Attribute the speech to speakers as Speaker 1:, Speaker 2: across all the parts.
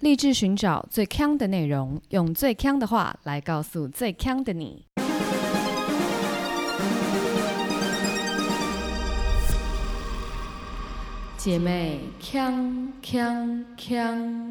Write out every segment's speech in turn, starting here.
Speaker 1: 立志寻找最强的内容，用最强的话来告诉最强的你。姐妹，强强强！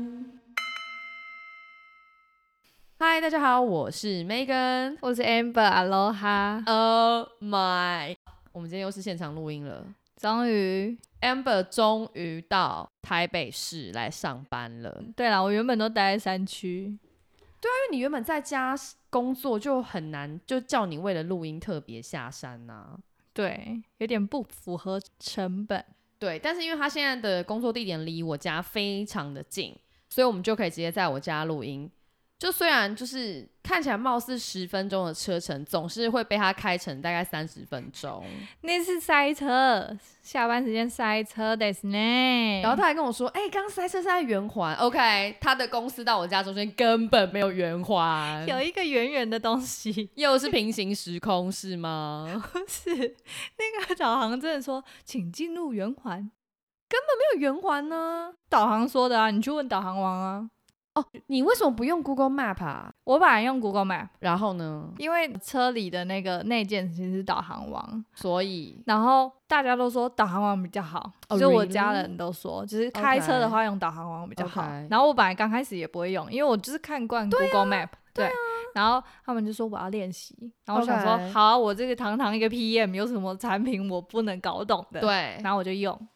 Speaker 1: 嗨，大家好，我是 Megan。
Speaker 2: 我是 Amber，Aloha，
Speaker 1: Oh my！我们今天又是现场录音了。
Speaker 2: 终于，
Speaker 1: Amber 终于到台北市来上班了。
Speaker 2: 对了，我原本都待在山区，
Speaker 1: 因为你原本在家工作就很难，就叫你为了录音特别下山呐、
Speaker 2: 对，有点不符合成本，
Speaker 1: 对，但是因为他现在的工作地点离我家非常的近，所以我们就可以直接在我家录音。就虽然就是看起来貌似十分钟的车程，总是会被他开成大概三十分钟。
Speaker 2: 那是塞车，下班时间塞车的是呢。
Speaker 1: 然后他还跟我说：“哎、刚塞车是在圆环，OK，他的公司到我家中间根本没有圆环，
Speaker 2: 有一个圆圆的东西，
Speaker 1: 又是平行时空是吗？”
Speaker 2: 不是那个导航真的说，请进入圆环，
Speaker 1: 没有圆环呢、
Speaker 2: 导航说的啊，你去问导航王啊。
Speaker 1: 哦，你为什么不用 Google Map 啊？
Speaker 2: 我本来用 Google Map，
Speaker 1: 然后呢？
Speaker 2: 因为车里的那个内件其实是导航王，
Speaker 1: 所以
Speaker 2: 然后大家都说导航网比较好，
Speaker 1: Oh,
Speaker 2: 就我
Speaker 1: really？
Speaker 2: 家人都说，就是开车的话用导航网比较好。
Speaker 1: Okay.
Speaker 2: 然后我本来刚开始也不会用，因为我就是看惯
Speaker 1: 啊
Speaker 2: Google Map，对。然后他们就说我要练习，然后我想说
Speaker 1: Okay.
Speaker 2: 好啊，我这个堂堂一个 PM 有什么产品我不能搞懂的？。
Speaker 1: 对，
Speaker 2: 然后我就用，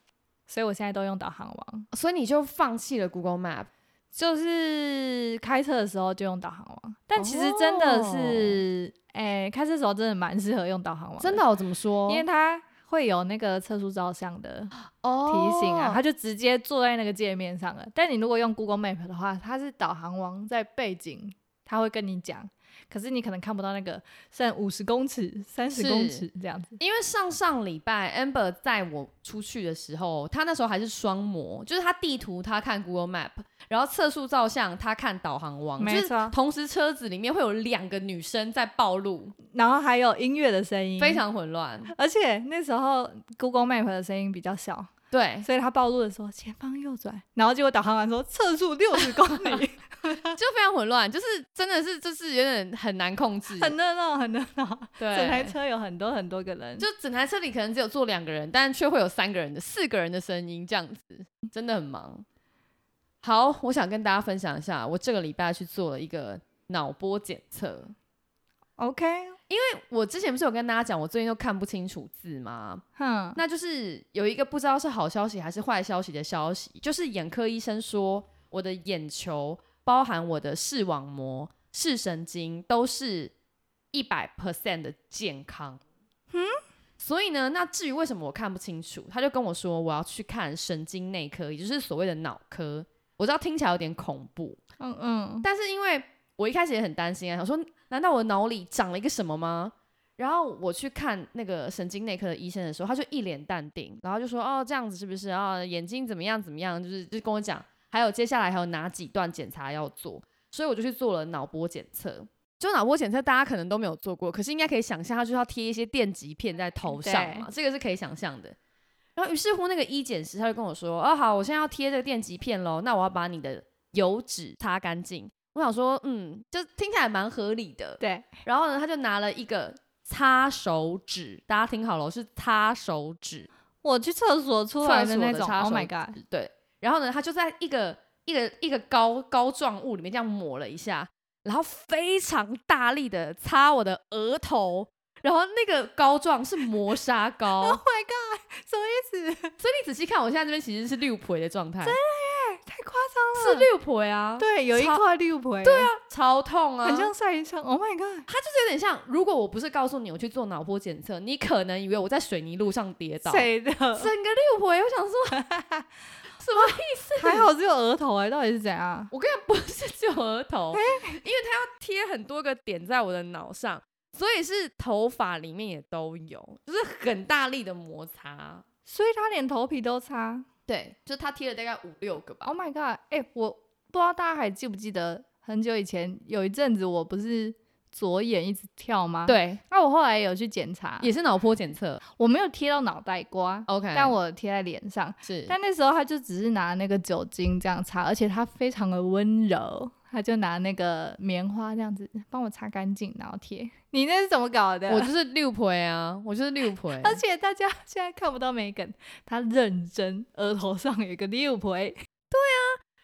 Speaker 2: 所以我现在都用导航网，
Speaker 1: 所以你就放弃了 Google Map。
Speaker 2: 就是开车的时候就用导航网，但其实真的是，哎、开车的时候真的蛮适合用导航网，
Speaker 1: 哦真的、，哦？怎么说？
Speaker 2: 因为它会有那个测速照相的。
Speaker 1: 哦
Speaker 2: 提醒啊，它就直接坐在那个界面上了。但你如果用 Google Map 的话，它是导航王在背景，它会跟你讲，可是你可能看不到那个剩五十公尺、三十
Speaker 1: 是
Speaker 2: 公尺这样子。
Speaker 1: 因为上上礼拜 Amber 带我出去的时候，他那时候还是双模，就是他地图他看 Google Map，然后测速照相他看导航网，就
Speaker 2: 没
Speaker 1: 是
Speaker 2: 错
Speaker 1: 同时车子里面会有两个女生在暴露，
Speaker 2: 然后还有音乐的声音，
Speaker 1: 非。常混乱。
Speaker 2: 而且那时候 Google Map 的声音比较小，
Speaker 1: 对，
Speaker 2: 所以它暴露的说前方右转，然后结果导航员说测速六十公 里，
Speaker 1: 就非常混乱，就是真的是就是有点很难控制，
Speaker 2: 很热闹，很热闹。
Speaker 1: 对，
Speaker 2: 整台车有很多很多个人，
Speaker 1: 就整台车里可能只有坐两个人，但却会有三个人的、四个人的声音，这样子真的很忙。好，我想跟大家分享一下，我这个礼拜去做了一个脑波检测。
Speaker 2: OK，
Speaker 1: 我之前不是有跟大家讲，我最近都看不清楚字吗？
Speaker 2: 哼，
Speaker 1: 那就是有一个不知道是好消息还是坏消息的消息，就是眼科医生说我的眼球包含我的视网膜、视神经都是一百 percent 的健康。所以呢，那至于为什么我看不清楚，他就跟我说我要去看神经内科，也就是所谓的脑科。我知道听起来有点恐怖，
Speaker 2: 嗯嗯，
Speaker 1: 但是因为我一开始也很担心啊，想说难道我脑里长了一个什么吗？然后我去看那个神经内科的医生的时候，他就一脸淡定，然后就说哦这样子是不是啊、哦眼睛怎么样怎么样，就是就跟我讲，还有接下来还有哪几段检查要做，所以我就去做了脑波检测。就脑波检测，大家可能都没有做过，可是应该可以想象，它就是要贴一些电极片在头上嘛，这个是可以想象的。然后于是乎，那个医检师他就跟我说：“哦，好，我现在要贴这个电极片喽，那我要把你的油脂擦干净。”我想说，嗯，就听起来蛮合理的。
Speaker 2: 对，
Speaker 1: 然后呢，他就拿了一个擦手纸，大家听好了，是擦手纸。
Speaker 2: 我去厕所出来
Speaker 1: 厕所
Speaker 2: 的
Speaker 1: 的
Speaker 2: 那种
Speaker 1: 插
Speaker 2: ，Oh
Speaker 1: 手
Speaker 2: my god！
Speaker 1: 对，然后呢，他就在一个一个一个膏膏状物里面这样抹了一下，然后非常大力的擦我的额头，然后那个膏状是磨砂 膏
Speaker 2: Oh，my god，什么意思？
Speaker 1: 所以你仔细看，我现在这边其实是六婆的状态，
Speaker 2: 太夸张了！
Speaker 1: 是六婆啊，，
Speaker 2: 对，有一
Speaker 1: 超
Speaker 2: 块六婆，对啊，
Speaker 1: 超痛啊，
Speaker 2: 很像晒衣裳。Oh my god，
Speaker 1: 它就是有点像，如果我不是告诉你我去做脑波检测，你可能以为我在水泥路上跌倒，
Speaker 2: 谁的？
Speaker 1: 整个六婆，我想说 什么
Speaker 2: 还好只有额头哎，到底是怎样？
Speaker 1: 我跟你讲，不是只有额头，因为它要贴很多个点在我的脑上，所以是头发里面也都有，就是很大力的摩擦。
Speaker 2: 所以他连头皮都擦。
Speaker 1: 对，就它贴了大概五六个吧。
Speaker 2: Oh my god，哎，我不知道大家还记不记得很久以前有一阵子我不是左眼一直跳吗？。
Speaker 1: 对，
Speaker 2: 那我后来有去检查，
Speaker 1: 也是脑波检测。
Speaker 2: 我没有贴到脑袋瓜
Speaker 1: OK，
Speaker 2: 但我贴在脸上。
Speaker 1: 是
Speaker 2: 但那时候他就只是拿那个酒精这样擦，而且他非常的温柔，他就拿那个棉花这样子帮我擦干净，然后贴。你那是怎么搞的？
Speaker 1: 我就是六婆啊，我就是六 婆。
Speaker 2: 而且大家现在看不到梅根，他认真，额头上有一个六陪，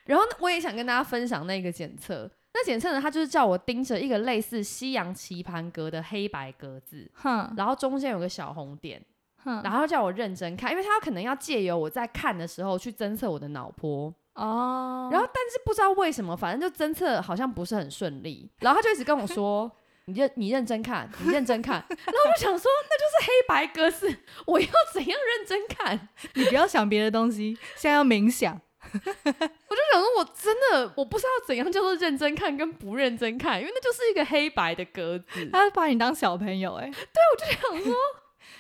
Speaker 1: 然后呢我也想跟大家分享那个检测。那检测呢，它就是叫我盯着一个类似西洋棋盘格的黑白格子，
Speaker 2: 哼
Speaker 1: 然后中间有个小红点，
Speaker 2: 哼，
Speaker 1: 然后叫我认真看，因为它可能要借由我在看的时候去侦测我的脑波。
Speaker 2: 哦，
Speaker 1: 然后但是不知道为什么，反正就侦测好像不是很顺利，然后他就一直跟我说。你认你认真看，你认真看，然后我就想说，那就是黑白格子，我要怎样认真看？
Speaker 2: 你不要想别的东西，现在要冥想。
Speaker 1: 我就想说，我真的我不知道怎样叫做认真看跟不认真看，因为那就是一个黑白的格子。然后
Speaker 2: 他把你当小朋友哎、
Speaker 1: 我就想说，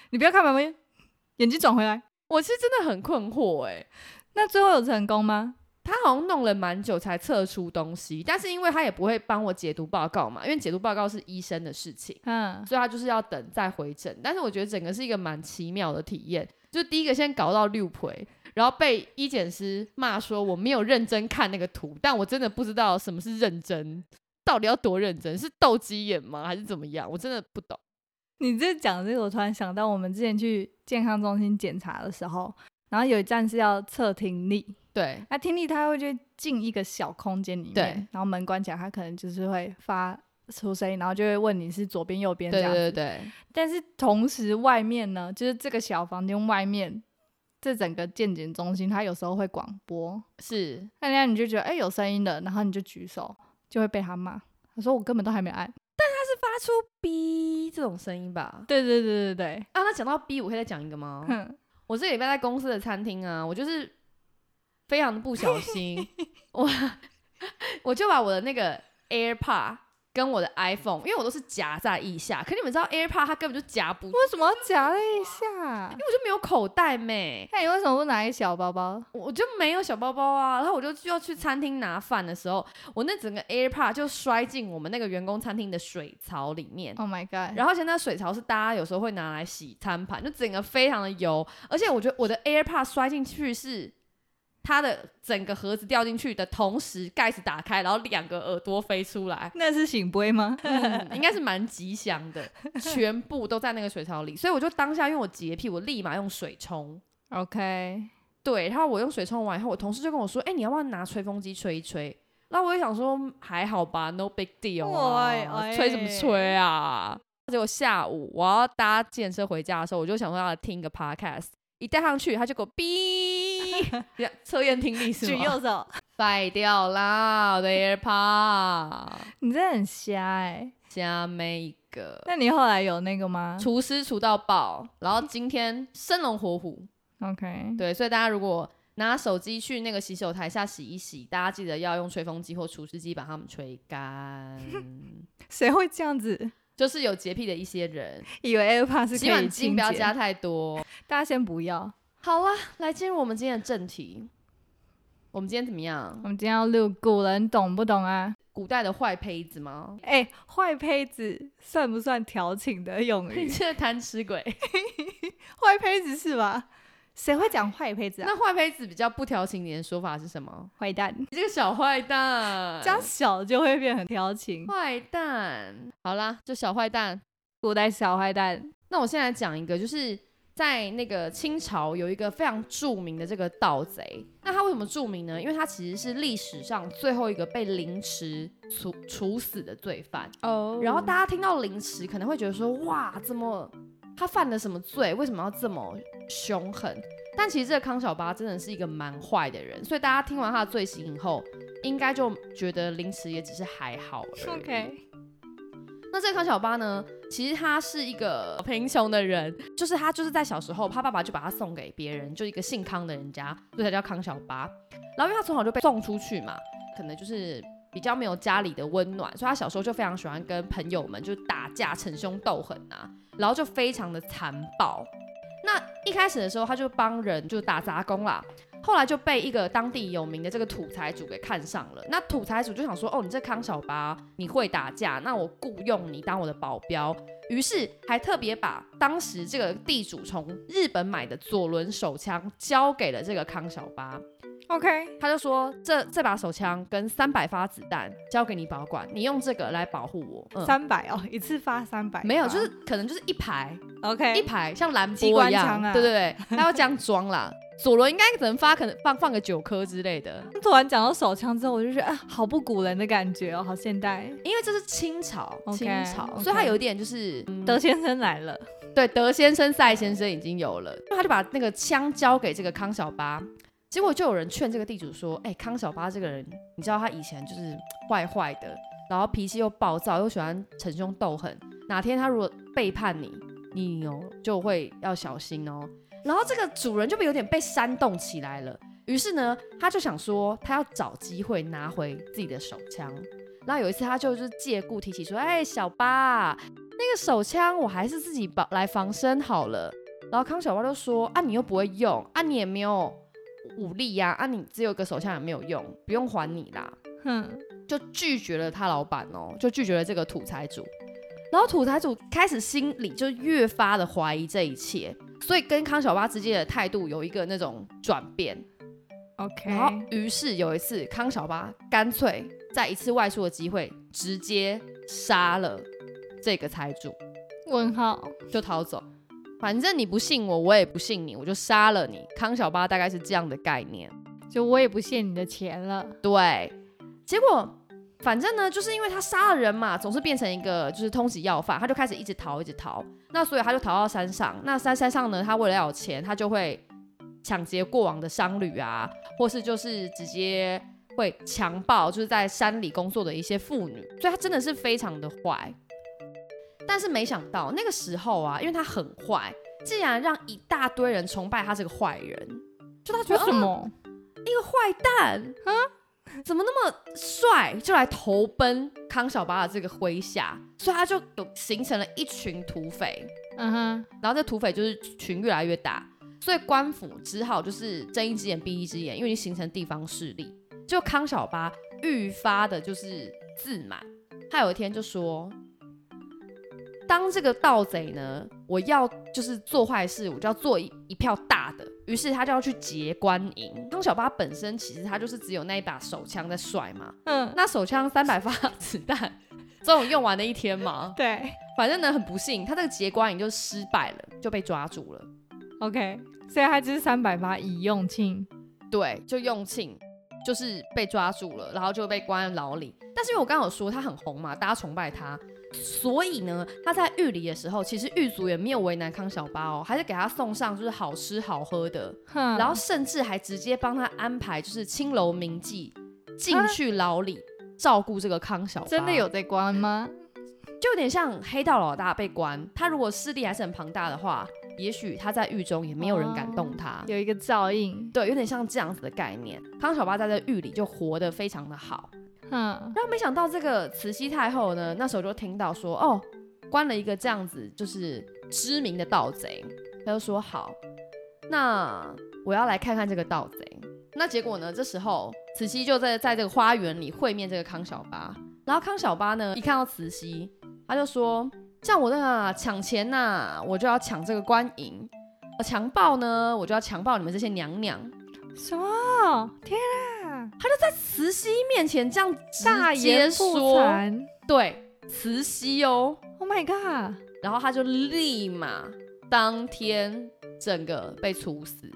Speaker 2: 你不要看旁边，眼睛转回来。
Speaker 1: 我是真的很困惑哎、
Speaker 2: 那最后有成功吗？
Speaker 1: 他好像弄了蛮久才测出东西，但是因为他也不会帮我解读报告嘛，因为解读报告是医生的事情。
Speaker 2: 嗯，
Speaker 1: 所以他就是要等再回诊。但是我觉得整个是一个蛮奇妙的体验，就第一个先搞到六陪，然后被医检师骂说我没有认真看那个图，但我真的不知道什么是认真，到底要多认真，是斗鸡眼吗，还是怎么样？我真的不懂。
Speaker 2: 你这讲这个，我突然想到我们之前去健康中心检查的时候，然后有一站是要测听力，
Speaker 1: 对，
Speaker 2: 那听力它会就进一个小空间里
Speaker 1: 对
Speaker 2: 面，然后门关起来，它可能就是会发出声音，然后就会问你是左边右边这
Speaker 1: 对
Speaker 2: 样子。
Speaker 1: 对对对，
Speaker 2: 但是同时外面呢，就是这个小房间外面，这整个健检中心，它有时候会广播，
Speaker 1: 是
Speaker 2: 那那你就觉得哎、有声音了，然后你就举手，就会被他骂。他说我根本都还没按。
Speaker 1: 发出哔这种声音吧。
Speaker 2: 对对对对对，
Speaker 1: 啊，那讲到哔，我可以再讲一个吗？
Speaker 2: 哼，
Speaker 1: 我这礼拜在公司的餐厅啊，我就是非常的不小 心，我我就把我的那个 AirPod 跟我的 iPhone，因为我都是夹在腋下，可你们知道 AirPod 它根本就夹不住，
Speaker 2: 为什么要夹了一下
Speaker 1: 因？为我就没有口袋没，
Speaker 2: 那你为什么不拿一个小包包？
Speaker 1: 我就没有小包包啊，然后我就要去餐厅拿饭的时候，我那整个 AirPod 就摔进我们那个员工餐厅的水槽里面。
Speaker 2: Oh my god！，
Speaker 1: 然后现在水槽是大家有时候会拿来洗餐盘，就整个非常的油，而且我觉得我的 AirPod 摔进去是它的整个盒子掉进去的同时，盖子打开，然后两个耳朵飞出来
Speaker 2: 那是醒杯吗？
Speaker 1: 嗯应该是蛮吉祥的，全部都在那个水槽里，所以我就当下因为我洁癖，我立马用水冲。
Speaker 2: OK，
Speaker 1: 对，然后我用水冲完以后，我同事就跟我说：“哎、你要不要拿吹风机吹一吹？”然后我也想说，嗯还好吧，no big deal 啊，
Speaker 2: 喂喂
Speaker 1: 吹什么吹啊？结果下午我要搭健身回家的时候，我就想说要听一个 podcast，一戴上去，他就给我 哔，这样测验听力是
Speaker 2: 举
Speaker 1: 吗？
Speaker 2: 右手，
Speaker 1: 坏掉啦，我的 AirPod，
Speaker 2: 你真的很瞎哎、
Speaker 1: 下面一个，
Speaker 2: 那你后来有那个吗
Speaker 1: 厨师厨到爆，然后今天生龙活虎，
Speaker 2: ？OK，
Speaker 1: 对，所以大家如果拿手机去那个洗手台下洗一洗，大家记得要用吹风机或除湿机把它们吹 干。
Speaker 2: 谁会这样子？
Speaker 1: 就是有洁癖的一些人，
Speaker 2: 以为 AirPods 是
Speaker 1: 洗
Speaker 2: 可以
Speaker 1: 碗巾
Speaker 2: 清
Speaker 1: 不要
Speaker 2: 洁？
Speaker 1: 加太多。
Speaker 2: 大家先不要。
Speaker 1: 好啦，来进入我们今天的正题。我们今天怎么样
Speaker 2: 我？们今天要录古人懂不懂啊？
Speaker 1: 古代的坏胚子吗？
Speaker 2: 哎、坏胚子算不算调情的用
Speaker 1: 你
Speaker 2: 语？
Speaker 1: 这个贪吃鬼！
Speaker 2: 坏胚子是吧？谁会讲坏胚子啊？
Speaker 1: 那坏胚子比较不调情，你的说法是什么？
Speaker 2: 坏蛋，
Speaker 1: 你这个小坏蛋！
Speaker 2: 这样小就会变很调情。
Speaker 1: 坏蛋！好啦，就小坏蛋，
Speaker 2: 古代小坏蛋，
Speaker 1: 那我现在讲一个，就是在那个清朝有一个非常著名的这个盗贼。那他为什么著名呢？因为他其实是历史上最后一个被凌迟处处死的罪犯。
Speaker 2: 哦
Speaker 1: 然后大家听到凌迟，可能会觉得说，哇，怎么他犯了什么罪？为什么要这么凶狠？但其实这个康小八真的是一个蛮坏的人，所以大家听完他的罪行以后，应该就觉得凌迟也只是还好而已。
Speaker 2: OK，
Speaker 1: 那这个康小八呢，其实他是一个贫穷的人，就是他就是在小时候，他爸爸就把他送给别人，就一个姓康的人家，所以才叫康小八。然后因为他从小就被送出去嘛，可能就是比较没有家里的温暖，所以他小时候就非常喜欢跟朋友们就打架、逞凶斗狠啊，然后就非常的残暴。那一开始的时候，他就帮人就打杂工啦。后来就被一个当地有名的这个土财主给看上了。那土财主就想说，哦，你这康小八你会打架，那我雇佣你当我的保镖。于是还特别把当时这个地主从日本买的左轮手枪交给了这个康小八。
Speaker 2: OK，
Speaker 1: 他就说：“这这把手枪跟三百发子弹交给你保管，你用这个来保护我。嗯”
Speaker 2: 三百哦，一次发三百发，
Speaker 1: 没有，就是可能就是一排
Speaker 2: OK
Speaker 1: 一排，像蓝
Speaker 2: 机
Speaker 1: 波
Speaker 2: 关
Speaker 1: 一样，
Speaker 2: 枪啊
Speaker 1: 对对对，他要这样装啦。左轮应该只能发，可能放放个九颗之类的，
Speaker 2: 突然讲到手枪之后，我就觉得啊，好不古人的感觉哦，好现代。
Speaker 1: 因为这是清朝
Speaker 2: OK，
Speaker 1: 清朝，
Speaker 2: OK
Speaker 1: 所以他有一点就是、嗯
Speaker 2: 德先生来了，
Speaker 1: 对德先生、赛先生已经有了，他就把那个枪交给这个康小八。结果就有人劝这个地主说：“哎、康小八这个人，你知道他以前就是坏坏的，然后脾气又暴躁，又喜欢逞凶斗狠。哪天他如果背叛你，你哦就会要小心哦。”然后这个主人就被有点被煽动起来了，于是呢，他就想说他要找机会拿回自己的手枪。然后有一次，他就是借故提起说：“哎、小八，那个手枪我还是自己保来防身好了。”然后康小八就说：“啊，你又不会用，啊，你也没有武力呀、啊，你只有一个手枪也没有用，不用还你啦。”
Speaker 2: 哼，
Speaker 1: 就拒绝了他老板哦，就拒绝了这个土财主。然后土财主开始心里就越发的怀疑这一切，所以跟康小八之间的态度有一个那种转变。
Speaker 2: OK，
Speaker 1: 然后于是有一次，康小八干脆在一次外出的机会，直接杀了这个财主，
Speaker 2: 问号，
Speaker 1: 就逃走。反正你不信我，我也不信你，我就杀了你。康小八大概是这样的概念。
Speaker 2: 就我也不借你的钱了。
Speaker 1: 对，结果反正呢，就是因为他杀了人嘛，总是变成一个就是通缉要犯，他就开始一直逃，一直逃。那所以他就逃到山上。那山山上呢，他为了要有钱，他就会抢劫过往的商旅啊， 或是就是直接会强暴，就是在山里工作的一些妇女。所以他真的是非常的坏。但是没想到那个时候啊，因为他很坏，竟然让一大堆人崇拜他这个坏人，就他觉
Speaker 2: 为
Speaker 1: 得
Speaker 2: 什么？
Speaker 1: 一个坏蛋啊，怎么那么帅，就来投奔康小八的这个麾下，所以他就有形成了一群土匪，
Speaker 2: 嗯哼，
Speaker 1: 然后这土匪就是群越来越大，所以官府只好就是睁一只眼闭一只眼，因为你形成地方势力。就康小八愈发的就是自满，他有一天就说：“当这个盗贼呢，我要就是做坏事，我就要做一一票大的。”于是他就要去劫官营。康小八本身其实他就是只有那一把手枪在甩嘛，
Speaker 2: 嗯，
Speaker 1: 那手枪三百发子弹， 总有用完的一天嘛。
Speaker 2: 对
Speaker 1: 反正呢，很不幸，他这个节瓜营就失败了，就被抓住了。
Speaker 2: ，OK，所以他就是三百八以用罄。
Speaker 1: 对，就用庆就是被抓住了，然后就被关在牢里。但是因为我刚刚有说他很红嘛，大家崇拜他，所以呢，他在狱里的时候，其实狱卒也没有为难康小八哦，还是给他送上就是好吃好喝的，
Speaker 2: 哼，
Speaker 1: 然后甚至还直接帮他安排就是青楼名妓进
Speaker 2: 啊
Speaker 1: 去牢里。照顾这个康小八，
Speaker 2: 真的有在关吗？
Speaker 1: 就有点像黑道老大被关，他如果势力还是很庞大的话，也许他在狱中也没有人敢动他。
Speaker 2: 有一个照应。
Speaker 1: 对，有点像这样子的概念。康小八在这狱里就活得非常的好，
Speaker 2: 哼，
Speaker 1: 然后没想到这个慈禧太后呢，那时候就听到说，哦，关了一个这样子就是知名的盗贼，她就说好，那我要来看看这个盗贼。那结果呢，这时候慈禧就在在这个花园里会面这个康小八，然后康小八呢一看到慈禧，他就说，像我那个啊抢钱呐、我就要抢这个官营。呃强暴呢，我就要强暴你们这些娘娘。
Speaker 2: 什么？天啊！
Speaker 1: 慈禧面前这样
Speaker 2: 大
Speaker 1: 直接
Speaker 2: 言不
Speaker 1: 说，
Speaker 2: 惭
Speaker 1: 对，慈禧哦，
Speaker 2: ！Oh my god！
Speaker 1: 然后他就立马当天整个被处死。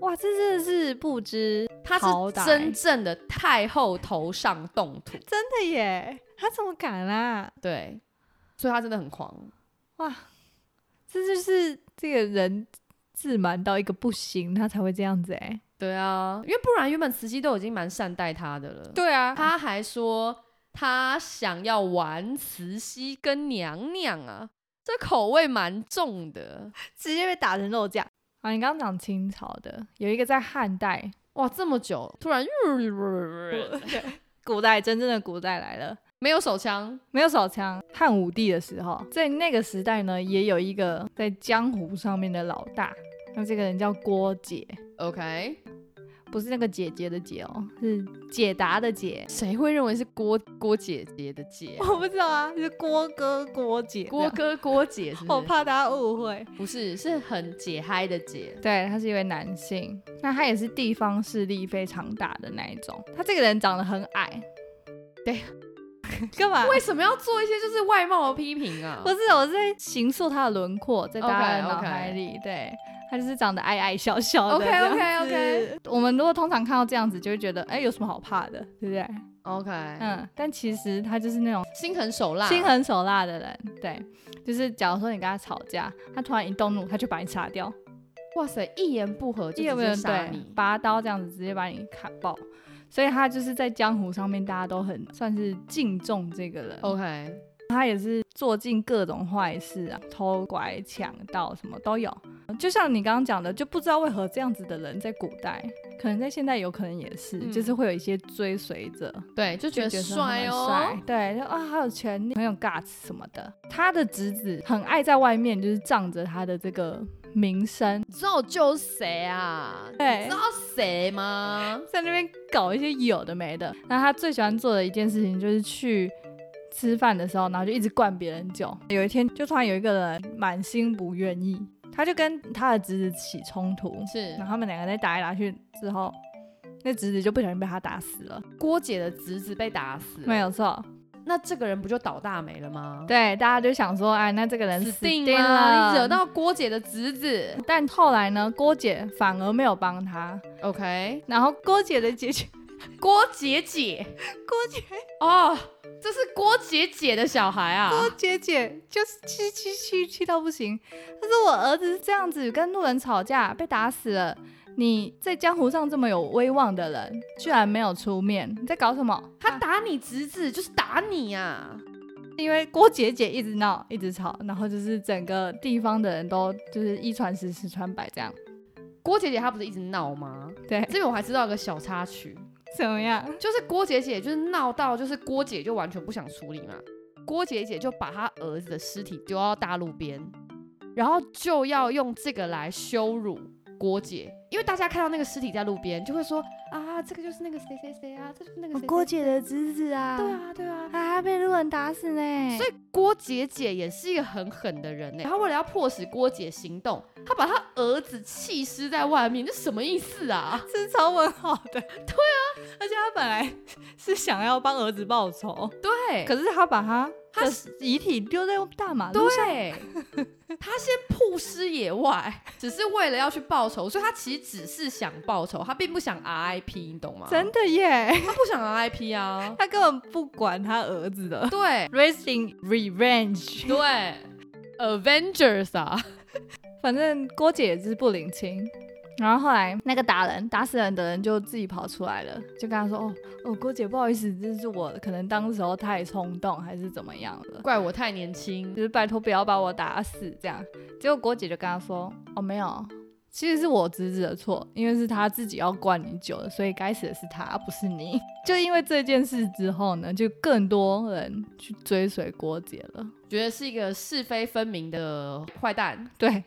Speaker 2: 哇，这真的是不知
Speaker 1: 他
Speaker 2: 好
Speaker 1: 是
Speaker 2: 歹
Speaker 1: 真正的太后头上动土，
Speaker 2: 真的耶，他怎么敢啊？
Speaker 1: 对，所以他真的很狂。
Speaker 2: 这就是这个人自满到一个不行，他才会这样子哎。
Speaker 1: 对啊，因为不然原本慈禧都已经蛮善待他的了，
Speaker 2: 对啊
Speaker 1: 他还说他想要玩慈禧跟娘娘啊，这口味蛮重的。
Speaker 2: 直接被打成肉酱啊！你刚刚讲清朝的，有一个在汉代，
Speaker 1: 哇，这么久，突 然
Speaker 2: 古代真正的古代来了。
Speaker 1: 没有手枪，
Speaker 2: 没有手枪，汉武帝的时候，在那个时代呢，也有一个在江湖上面的老大，那这个人叫郭解，
Speaker 1: OK，
Speaker 2: 不是那个姐姐的姐哦，是解答的解。
Speaker 1: 谁会认为是郭郭姐姐的姐 啊？
Speaker 2: 我不知道啊，是郭哥郭姐这
Speaker 1: 郭
Speaker 2: 样，
Speaker 1: 哥郭姐是不
Speaker 2: 我
Speaker 1: 是？
Speaker 2: 怕大家误会。
Speaker 1: 不是，是很解嗨的啊解。
Speaker 2: 对，他是一位男性，那他也是地方势力非常大的那一种。他这个人长得很矮，
Speaker 1: 对，
Speaker 2: 干嘛？
Speaker 1: 为什么要做一些就是外貌的批评啊
Speaker 2: 不？是，我是在形塑他的轮廓，在大家的
Speaker 1: OK，OK
Speaker 2: 脑海里。对，他就是长得矮矮小小的。
Speaker 1: OK，OK，OK
Speaker 2: 这样子我们如果通常看到这样子，就会觉得，哎、有什么好怕的，对不对？
Speaker 1: OK，、
Speaker 2: 嗯，但其实他就是那种
Speaker 1: 心狠手辣，
Speaker 2: 心狠手辣的人。对，就是假如说你跟他吵架，他突然一动怒，他就把你杀掉，
Speaker 1: 哇塞，一言不合就
Speaker 2: 有
Speaker 1: 直
Speaker 2: 没有
Speaker 1: 接？杀
Speaker 2: 对
Speaker 1: 你，，
Speaker 2: 拔刀这样子直接把你砍爆。所以他就是在江湖上面，大家都很算是敬重这个人。
Speaker 1: OK，
Speaker 2: 他也是做尽各种坏事啊，偷拐抢盗什么都有。就像你刚刚讲的，就不知道为何这样子的人在古代，可能在现代有可能也是，
Speaker 1: 嗯
Speaker 2: 就是会有一些追随者，
Speaker 1: 对，就觉得
Speaker 2: 就说
Speaker 1: 帅
Speaker 2: 他
Speaker 1: 哦，
Speaker 2: 很帅，对，就啊，好有权利，很有 guts 什么的。他的侄子很爱在外面就是仗着他的这个名声，
Speaker 1: 你知道我救谁啊？
Speaker 2: 对
Speaker 1: 你知道谁吗？
Speaker 2: 在那边搞一些有的没的。那他最喜欢做的一件事情就是去吃饭的时候，然后就一直灌别人酒。有一天，就突然有一个人满心不愿意，他就跟他的侄子起冲突，
Speaker 1: 是
Speaker 2: 然后他们两个在打来打去之后，那侄子就不小心被他打死了。
Speaker 1: 郭姐的侄子被打死，
Speaker 2: 没，有错，
Speaker 1: 那这个人不就倒大霉了吗？
Speaker 2: 对，大家就想说，哎，那这个人
Speaker 1: 死
Speaker 2: 定
Speaker 1: 定啦！
Speaker 2: 了，
Speaker 1: 你惹。到郭姐的侄子
Speaker 2: 但后来呢，郭姐反而没有帮他，
Speaker 1: ，OK？
Speaker 2: 然后郭姐的结局，
Speaker 1: 郭姐姐，
Speaker 2: 郭姐
Speaker 1: 哦，这是郭姐姐的小孩啊，
Speaker 2: 我哦姐姐就是气气气气到不行。但是我儿子是这样子跟路人吵架被打死了，你在江湖上这么有威望的人，居然没有出面，你在搞什么？
Speaker 1: 他打你侄子就是打你啊！
Speaker 2: 因为郭姐姐一直闹一直吵，然后就是整个地方的人都就是一传十十传百这样。
Speaker 1: 郭姐姐她不是一直闹吗？
Speaker 2: 对，
Speaker 1: 这边我还知道一个小插曲，
Speaker 2: 怎么样？
Speaker 1: 就是郭姐姐就是闹到就是郭姐就完全不想处理嘛，郭姐姐就把她儿子的尸体丢到大路边，然后就要用这个来羞辱郭姐，因为大家看到那个尸体在路边就会说啊，这个就是那个谁谁谁啊，这就是那个谁谁谁
Speaker 2: 哦姐的侄子啊
Speaker 1: 对啊对啊。
Speaker 2: 啊，被路人打死呢
Speaker 1: 所以郭姐姐也是一个很狠的人欸呢、她嗯为了要迫使郭姐行动，她把她儿子弃尸在外面，这什么意思啊？
Speaker 2: 是超文好的，对啊，而且他本来 是想要帮儿子报仇，
Speaker 1: 对，
Speaker 2: 可是他把他
Speaker 1: 他
Speaker 2: 的遗体丢在大马路上，
Speaker 1: 对， 他先曝尸野外，只是为了要去报仇，所以他其实只是想报仇，他并不想 RIP，你懂吗？
Speaker 2: 真的耶！
Speaker 1: 他不想 RIP 啊，
Speaker 2: 啊 他根本不管他儿子的。
Speaker 1: 对
Speaker 2: Racing Revenge，
Speaker 1: 对，Avengers 啊，
Speaker 2: 反正郭姐也是不领情。然后后来那个打人、打死人的人就自己跑出来了，就跟他说：“哦哦，郭姐，不好意思，就是我可能当时候太冲动，还是怎么样了。”
Speaker 1: 怪我太年轻
Speaker 2: 就，是拜托不要把我打死这样。结果郭姐就跟他说：“哦，没有，其实是我侄子的错，因为是他自己要灌你酒的，所以该死的是他，不是你。”就因为这件事之后呢，就更多人去追随郭姐了。
Speaker 1: 觉得是一个是非分明的坏蛋。
Speaker 2: 对，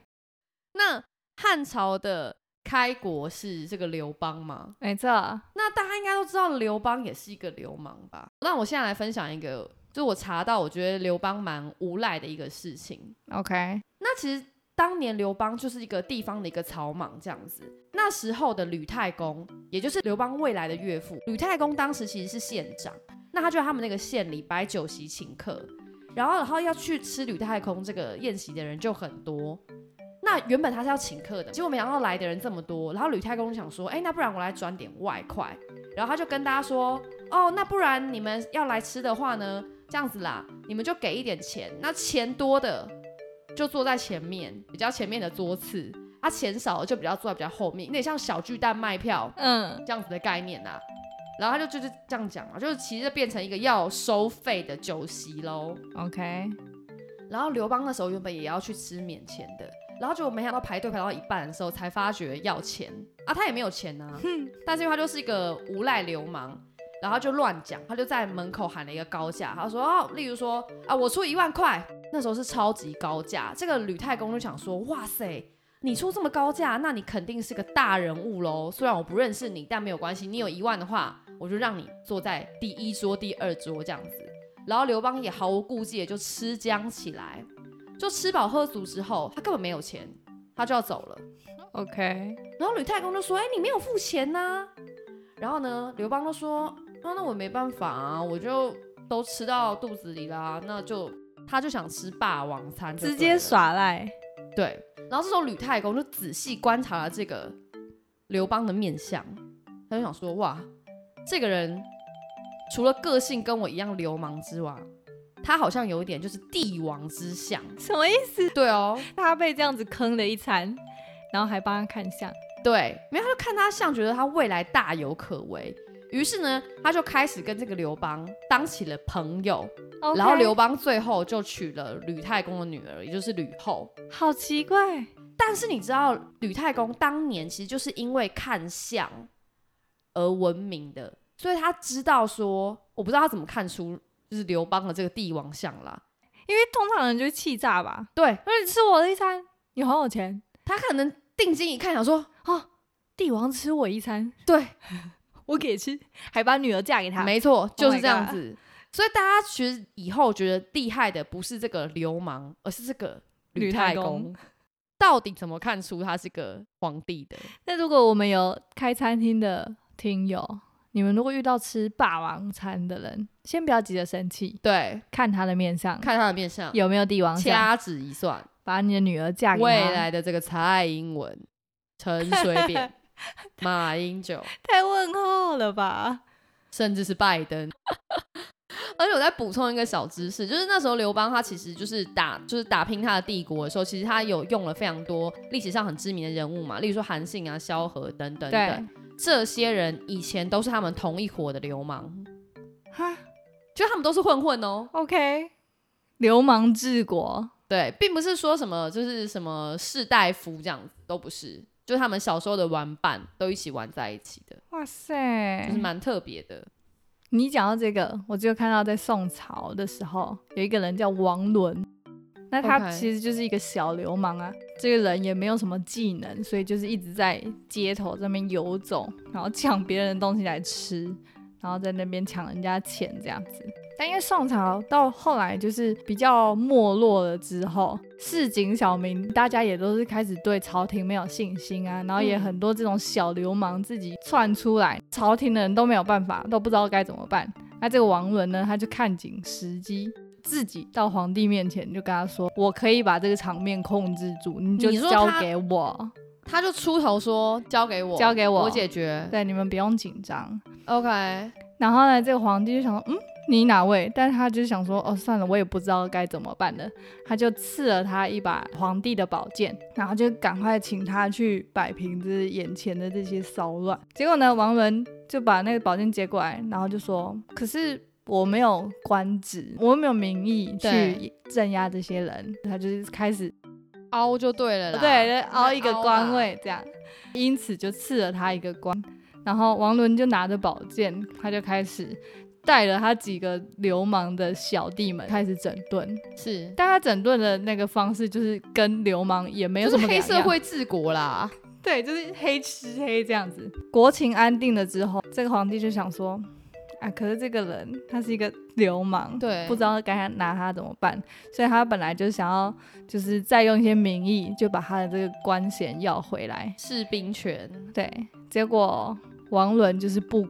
Speaker 1: 那汉朝的开国是这个刘邦吗？
Speaker 2: 没错，
Speaker 1: 那大家应该都知道刘邦也是一个流氓吧？那我现在来分享一个，就我查到我觉得刘邦蛮无赖的一个事情。
Speaker 2: OK，
Speaker 1: 那其实当年刘邦就是一个地方的一个草莽这样子。那时候的吕太公，也就是刘邦未来的岳父，吕太公当时其实是县长，那他就在他们那个县里摆酒席请客，然后然后要去吃吕太公这个宴席的人就很多。那原本他是要请客的，结果没想到来的人这么多，然后吕太公想说，哎，那不然我来转点外快，然后他就跟大家说，哦，那不然你们要来吃的话呢，这样子啦，你们就给一点钱，那钱多的就坐在前面，比较前面的桌次；啊，钱少的就比较坐在比较后面，有点像小巨蛋卖票
Speaker 2: 嗯，
Speaker 1: 这样子的概念呐、啊。然后他就就是这样讲嘛，啊就是其实变成一个要收费的酒席喽。
Speaker 2: OK，
Speaker 1: 然后刘邦那时候原本也要去吃免钱的，然后结果没想到排队排到一半的时候才发觉要钱啊，他也没有钱啊，但是因为他就是一个无赖流氓，然后他就乱讲，他就在门口喊了一个高价，他说哦，例如说啊，我出一万块，那时候是超级高价，这个吕太公就想说，哇塞。你出这么高价，那你肯定是个大人物喽。虽然我不认识你，但没有关系，你有一万的话，我就让你坐在第一桌、第二桌这样子。”然后刘邦也毫无顾忌的就吃僵起来，就吃饱喝足之后，他根本没有钱，他就要走了。
Speaker 2: OK，
Speaker 1: 然后吕太公就说：“哎、你没有付钱呐、然后呢，刘邦就说：“啊，那我没办法啊，我就都吃到肚子里啦，那就他就想吃霸王餐，
Speaker 2: 直接。耍赖。
Speaker 1: 对，然后这时候吕太公就仔细观察了这个刘邦的面相，他就想说：哇，这个人除了个性跟我一样流氓之外，他好像有一点就是帝王之相。
Speaker 2: 什么意思？
Speaker 1: 对哦，
Speaker 2: 他被这样子坑了一餐，然后还帮他看相。
Speaker 1: 对，没有他就看他像，觉得他未来大有可为。于是呢，他就开始跟这个刘邦当起了朋友
Speaker 2: OK
Speaker 1: 然后刘邦最后就娶了吕太公的女儿，也就是吕后。
Speaker 2: 好奇怪，
Speaker 1: 但是你知道，吕太公当年其实就是因为看相而闻名的，所以他知道说，我不知道他怎么看出就是刘邦的这个帝王相啦。
Speaker 2: 因为通常人就是气炸吧。
Speaker 1: 对
Speaker 2: 那你吃我的一餐，你还我钱，
Speaker 1: 他可能定睛一看，想说，
Speaker 2: 帝王吃我一餐，
Speaker 1: 对，
Speaker 2: 我给吃，还把女儿嫁给他。
Speaker 1: 没错，就
Speaker 2: my
Speaker 1: 是这样
Speaker 2: God
Speaker 1: 子。所以大家其实以后觉得厉害的不是这个流氓，而是这个
Speaker 2: 吕
Speaker 1: 吕
Speaker 2: 太
Speaker 1: 太
Speaker 2: 公
Speaker 1: 公。到底怎么看出他是个皇帝的？
Speaker 2: 那如果我们有开餐厅的听友，你们如果遇到吃霸王餐的人，先不要急着生气，
Speaker 1: 对，
Speaker 2: 看他的面相，
Speaker 1: 嗯看他的面相，
Speaker 2: 有没有帝王相，
Speaker 1: 掐指一算，
Speaker 2: 把你的女儿嫁给他。
Speaker 1: 未来的这个蔡英文、陈水 扁、马英九，
Speaker 2: 太问号了吧？
Speaker 1: 甚至是拜登。 而且我再补充一个小知识，就是那时候刘邦他其实就是打就是打拼他的帝国的时候，其实他有用了非常多历史上很知名的人物嘛，例如说韩信啊、萧何等等
Speaker 2: 对
Speaker 1: 等，，这些人以前都是他们同一伙的流氓，
Speaker 2: 哈
Speaker 1: 就他们都是混混哦。
Speaker 2: ，OK，流氓治国，
Speaker 1: 对，并不是说什么就是什么士大夫这样子，都不是，就是他们小时候的玩伴都一起玩在一起的，
Speaker 2: 哇塞
Speaker 1: 就是蛮特别的。
Speaker 2: 你讲到这个，我就看到在宋朝的时候，有一个人叫王伦，那他
Speaker 1: OK
Speaker 2: 其实就是一个小流氓啊。这个人也没有什么技能，所以就是一直在街头这边游走，然后抢别人的东西来吃，然后在那边抢人家钱这样子。但因为宋朝到后来就是比较没落了之后，市井小民大家也都是开始对朝廷没有信心啊，然后也
Speaker 1: 嗯
Speaker 2: 很多这种小流氓自己窜出来，朝廷的人都没有办法，都不知道该怎么办。那这个王伦呢，他就看紧时机。自己到皇帝面前就跟他说：“我可以把这个场面控制住，你就
Speaker 1: 你说
Speaker 2: 交
Speaker 1: 他
Speaker 2: 给我。
Speaker 1: 他就出头说：“交给我，
Speaker 2: 交给我
Speaker 1: 我解决。
Speaker 2: 对，你们不用紧张。
Speaker 1: ”OK，
Speaker 2: 然后呢，这个皇帝就想说，嗯，你哪位？但是他就想说，哦，算了，我也不知道该怎么办了。他就赐了他一把皇帝的宝剑，然后就赶快请他去摆平这眼前的这些骚乱。结果呢，王伦就把那个宝剑接过来，然后就说，可是。我没有官职，我没有名义去
Speaker 1: 对
Speaker 2: 镇压这些人，他就是开始
Speaker 1: 凹就对了啦，
Speaker 2: 对，就凹一个
Speaker 1: 凹啦
Speaker 2: 官位这样，因此就赐了他一个官。然后王伦就拿着宝剑，他就开始带了他几个流氓的小弟们开始整顿。
Speaker 1: 是，
Speaker 2: 但他整顿的那个方式就是跟流氓也没有
Speaker 1: 就
Speaker 2: 什
Speaker 1: 是
Speaker 2: 么
Speaker 1: 黑
Speaker 2: 两
Speaker 1: 社
Speaker 2: 样，
Speaker 1: 会治国啦。
Speaker 2: 对，就是黑吃黑这样子。国情安定了之后，这个皇帝就想说，啊，可是这个人他是一个流 氓，
Speaker 1: 对，
Speaker 2: 不知道该拿他怎么办，所以他本来就想要，就是再用一些名义就把他的这个官衔要回来。
Speaker 1: 士兵权
Speaker 2: 对，结果王伦就是不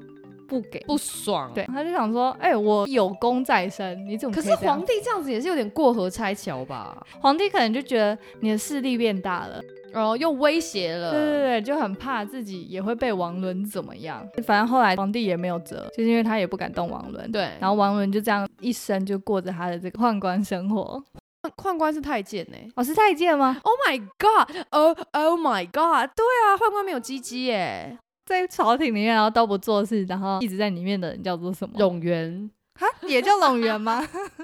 Speaker 2: 不给，
Speaker 1: 不爽。
Speaker 2: 对，，他就想说，哎、我有功在身，你怎么
Speaker 1: 可
Speaker 2: 以
Speaker 1: 是
Speaker 2: 这样
Speaker 1: 皇帝这样子也是有点过河拆桥吧？
Speaker 2: 皇帝可能就觉得你的势力变大了，
Speaker 1: 然后又威胁了。
Speaker 2: 对对对，就很怕自己也会被王伦怎么样。反正后来皇帝也没有辙，就是因为他也不敢动王伦。
Speaker 1: 对
Speaker 2: 然后王伦就这样一生就过着他的这个宦官生活。
Speaker 1: 宦宦官是太监呢、
Speaker 2: 哦，是太监吗？
Speaker 1: Oh my god! Oh oh my god! 对啊，宦官没有鸡鸡耶。
Speaker 2: 在朝廷里面，然后都不做事，然后一直在里面的人叫做什么？
Speaker 1: 冗员
Speaker 2: 哈，也叫冗员吗？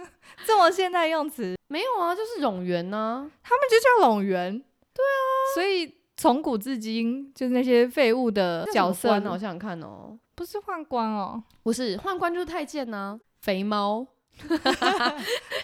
Speaker 2: 这么现代用词，
Speaker 1: 没有啊，就是冗员呢、
Speaker 2: 他们就叫拢员。对啊，所以从古至今，就是那些废物的
Speaker 1: 那
Speaker 2: 角
Speaker 1: 什么
Speaker 2: 色
Speaker 1: 官，啊我想想看哦，
Speaker 2: 不是宦官哦，
Speaker 1: 不是宦官 就是太监呢、肥猫。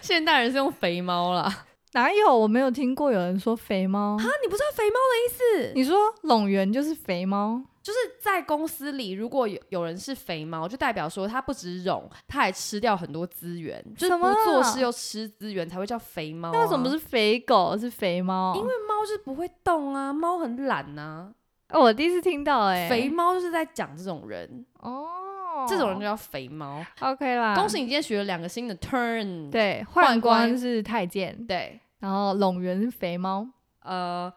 Speaker 1: 现代人是用肥猫啦，
Speaker 2: 哪有？我没有听过有人说肥猫。
Speaker 1: 啊，你不知道肥猫的意思？
Speaker 2: 你说拢源就是肥猫，
Speaker 1: 就是在公司里，如果有有人是肥猫，就代表说他不止冗，他还吃掉很多资源，就是
Speaker 2: 什
Speaker 1: 不
Speaker 2: 么
Speaker 1: 做事又吃资源才会叫肥猫、啊。
Speaker 2: 那为什么不？是肥狗是肥猫？
Speaker 1: 因为猫就是不会动啊，猫很懒呐、
Speaker 2: 哦我第一次听到哎、
Speaker 1: 肥猫就是在讲这种人，
Speaker 2: 哦，
Speaker 1: 这种人就叫肥猫。
Speaker 2: OK 啦，
Speaker 1: 恭喜你今天学了两个新的 turn。
Speaker 2: 对，
Speaker 1: 宦
Speaker 2: 宦
Speaker 1: 官
Speaker 2: 官是太监，
Speaker 1: 对，
Speaker 2: 然后拢源是肥猫，
Speaker 1: 呃，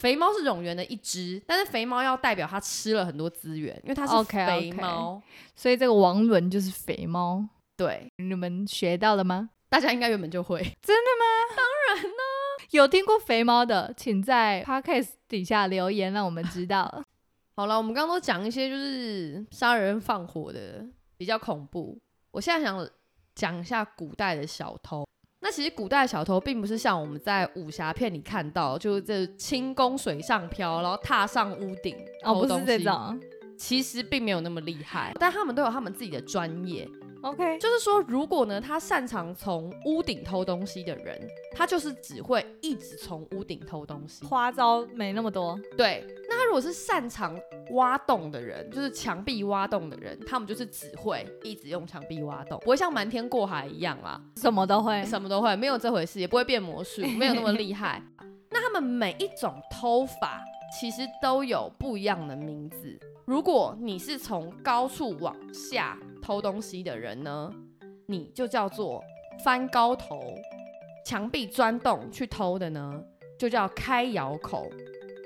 Speaker 1: 肥猫是冗员的一只，但是肥猫要代表它吃了很多资源，因为它是
Speaker 2: OK，OK
Speaker 1: 肥猫。
Speaker 2: 所以这个王伦就是肥猫。
Speaker 1: 对，
Speaker 2: 你们学到了吗？
Speaker 1: 大家应该原本就 会。
Speaker 2: 有听过肥猫的，请在 podcast 底下留言，让我们知 道。
Speaker 1: 好了，我们刚刚都讲一些就是杀人放火的，比较恐怖。我现在想讲一下古代的小偷。那其实古代的小偷并不是像我们在武侠片里看到，就是这轻功水上漂，然后踏上屋顶
Speaker 2: 哦，
Speaker 1: 偷
Speaker 2: 不
Speaker 1: 东
Speaker 2: 是
Speaker 1: 西
Speaker 2: 这，种。
Speaker 1: 其实并没有那么厉害。但他们都有他们自己的专业，
Speaker 2: OK，
Speaker 1: 就是说，如果呢他擅长从屋顶偷东西的人，他就是只会一直从屋顶偷东西。
Speaker 2: 花招没那么多。
Speaker 1: 对，那他如果是擅长挖洞的人，就是墙壁挖洞的人，他们就是只会一直用墙壁挖洞，不会像瞒天过海一样啦，
Speaker 2: 什么都会。
Speaker 1: 什么都会，没有这回事，也不会变魔 术，没有那么厉害。那他们每一种偷法其实都有不一样的名字。如果你是从高处往下偷东西的人呢，你就叫做翻高头；墙壁钻洞去偷的呢，就叫开窑口。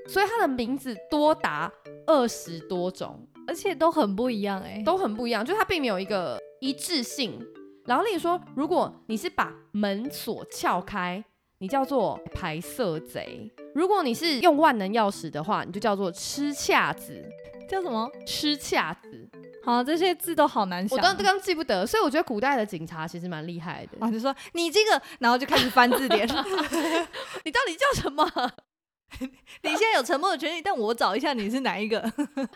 Speaker 1: 所以它的名字多达二十多种，
Speaker 2: 而且都很不一样哎、
Speaker 1: 都很不一样，就是它并没有一个一致性。然后例如说，如果你是把门锁撬开，你叫做排色贼；如果你是用万能钥匙的话，你就叫做吃恰子。
Speaker 2: 叫什么？
Speaker 1: 吃恰子，
Speaker 2: 好，这些字都好难
Speaker 1: 我
Speaker 2: 想。
Speaker 1: 刚刚记不得，所以我觉得古代的警察其实蛮厉害的。
Speaker 2: 啊，就说你这个，然后就开始翻 字典。
Speaker 1: 你到底叫什么？
Speaker 2: 你现在有沉默的权利，但我找一下你是哪一个。，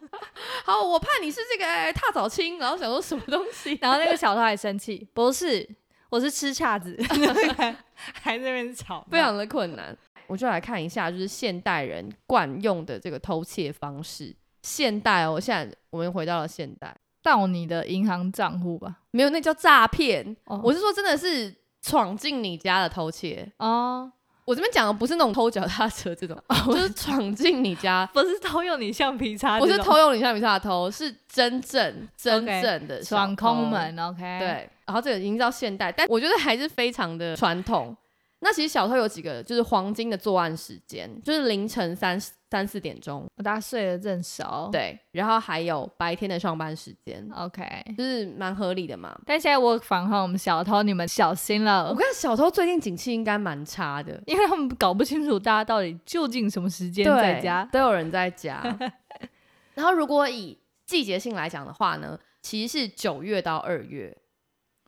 Speaker 1: 好，我怕你是这个、哎踏早青，然后想说什么东西
Speaker 2: 然后那个小偷还生气，不是，我是吃叉 子，还在那边吵，
Speaker 1: 非常的困难。我就来看一下，就是现代人惯用的这个偷窃方式。现代哦，现在我们回到了现代，
Speaker 2: 盗你的银行账户吧。
Speaker 1: 没有那叫诈骗，
Speaker 2: 哦
Speaker 1: 我是说真的是闯进你家的偷窃。
Speaker 2: 哦，
Speaker 1: 我这边讲的不是那种偷脚踏车这种， 就是闯进你家，
Speaker 2: 不是偷用你橡皮 擦
Speaker 1: 不
Speaker 2: 啊这种，
Speaker 1: 是偷用你橡皮擦的偷，是真正真
Speaker 2: OK，
Speaker 1: 正的小
Speaker 2: 闯空
Speaker 1: 偷
Speaker 2: 门，OK？，
Speaker 1: 对，然后这个已经到现代，但我觉得还是非常的传统。那其实小偷有几个就是黄金的作案时间，就是凌晨三三四点钟，
Speaker 2: 我大家睡得正熟。
Speaker 1: 对，然后还有白天的上班时间，
Speaker 2: ，OK。
Speaker 1: 就是蛮合理的嘛。
Speaker 2: 但现在 work from home，小偷你们小心了
Speaker 1: 我，看小偷最近景气应该蛮差的，
Speaker 2: 因为他们搞不清楚大家到底究竟什么时间在家。
Speaker 1: 都有人在家。 然后如果以季节性来讲的话呢，其实是九月到二月，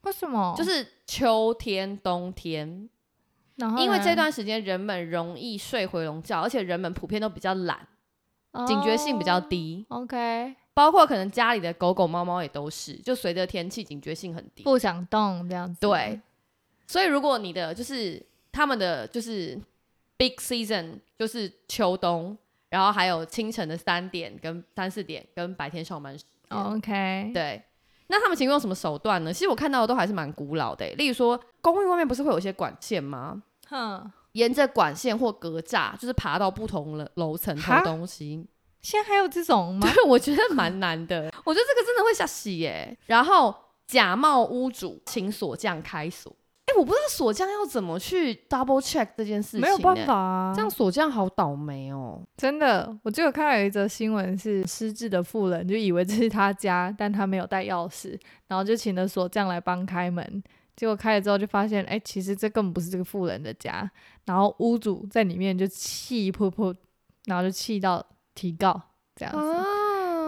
Speaker 2: 为什么
Speaker 1: 就
Speaker 2: 就是
Speaker 1: 是秋天、冬天，
Speaker 2: 然后呢
Speaker 1: 因为这段时间人们容易睡回笼觉，而且人们普遍都比较懒，警觉性比较。低，
Speaker 2: 哦 OK，
Speaker 1: 包括可能家里的狗狗、猫猫也都是，就随着天气警觉性很低。
Speaker 2: 不想动这样子。
Speaker 1: 对，所以如果你的就是他们的就是 big season 就是秋冬，然后还有清晨的三点跟三四点跟白天上班时间。
Speaker 2: ，OK，
Speaker 1: 对，那他们请用什么手段呢？其实我看到的都还是蛮古老的欸、例如说公寓外面不是会有一些管线吗？
Speaker 2: 哼，
Speaker 1: 沿着管线或隔栅，就是爬到不同的楼层偷
Speaker 2: 哈
Speaker 1: 东西。
Speaker 2: 现在还有这种 吗？
Speaker 1: 对，我觉得蛮难的。我觉得这个真的会吓死耶。然后假冒屋主，请锁匠开锁。哎、我不知道锁匠要怎么去 double check 这件事情、欸
Speaker 2: 没有办、法啊，
Speaker 1: 这样锁匠好倒霉哦。
Speaker 2: 真的，我就有看到有一则新闻是失智的妇人，就以为这是他家，但他没有带钥匙，然后就请了锁匠来帮开门。结果开了之后就发现，哎、其实这根本不是这个妇人的家。然后屋主在里面就气噗噗，然后就气到提告这样子。
Speaker 1: 啊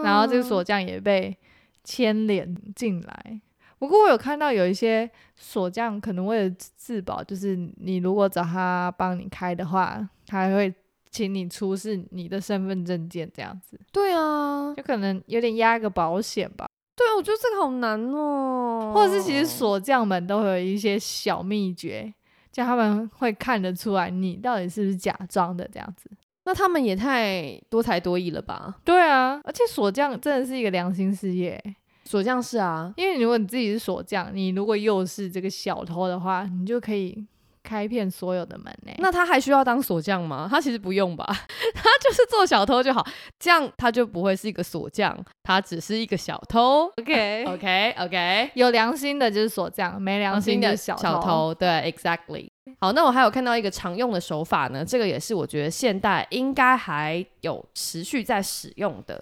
Speaker 2: 然后这个锁匠也被牵连进来。不过我有看到有一些锁匠可能为了自保，就是你如果找他帮你开的话，他还会请你出示你的身份证件这样子，
Speaker 1: 对啊，
Speaker 2: 就可能有点压个保险吧。
Speaker 1: 对啊，我觉得这个好难哦。
Speaker 2: 或者是其实锁匠们都会有一些小秘诀，就他们会看得出来你到底是不是假装的这样子。
Speaker 1: 那他们也太多才多艺了吧？
Speaker 2: 对啊，而且锁匠真的是一个良心事业，
Speaker 1: 锁匠是啊，
Speaker 2: 因为如果你自己是锁匠，你如果又是这个小偷的话，你就可以开遍所有的门呢、
Speaker 1: 那他还需要当锁匠吗？他其实不用吧， 他就是做小偷就好，这样他就不会是一个锁匠，他只是一个小偷。
Speaker 2: OK
Speaker 1: OK OK，
Speaker 2: 有良心的就是锁匠，没良心就是小
Speaker 1: 小偷，对，exactly。好，那我还有看到一个常用的手法呢，这个也是我觉得现代应该还有持续在使用的，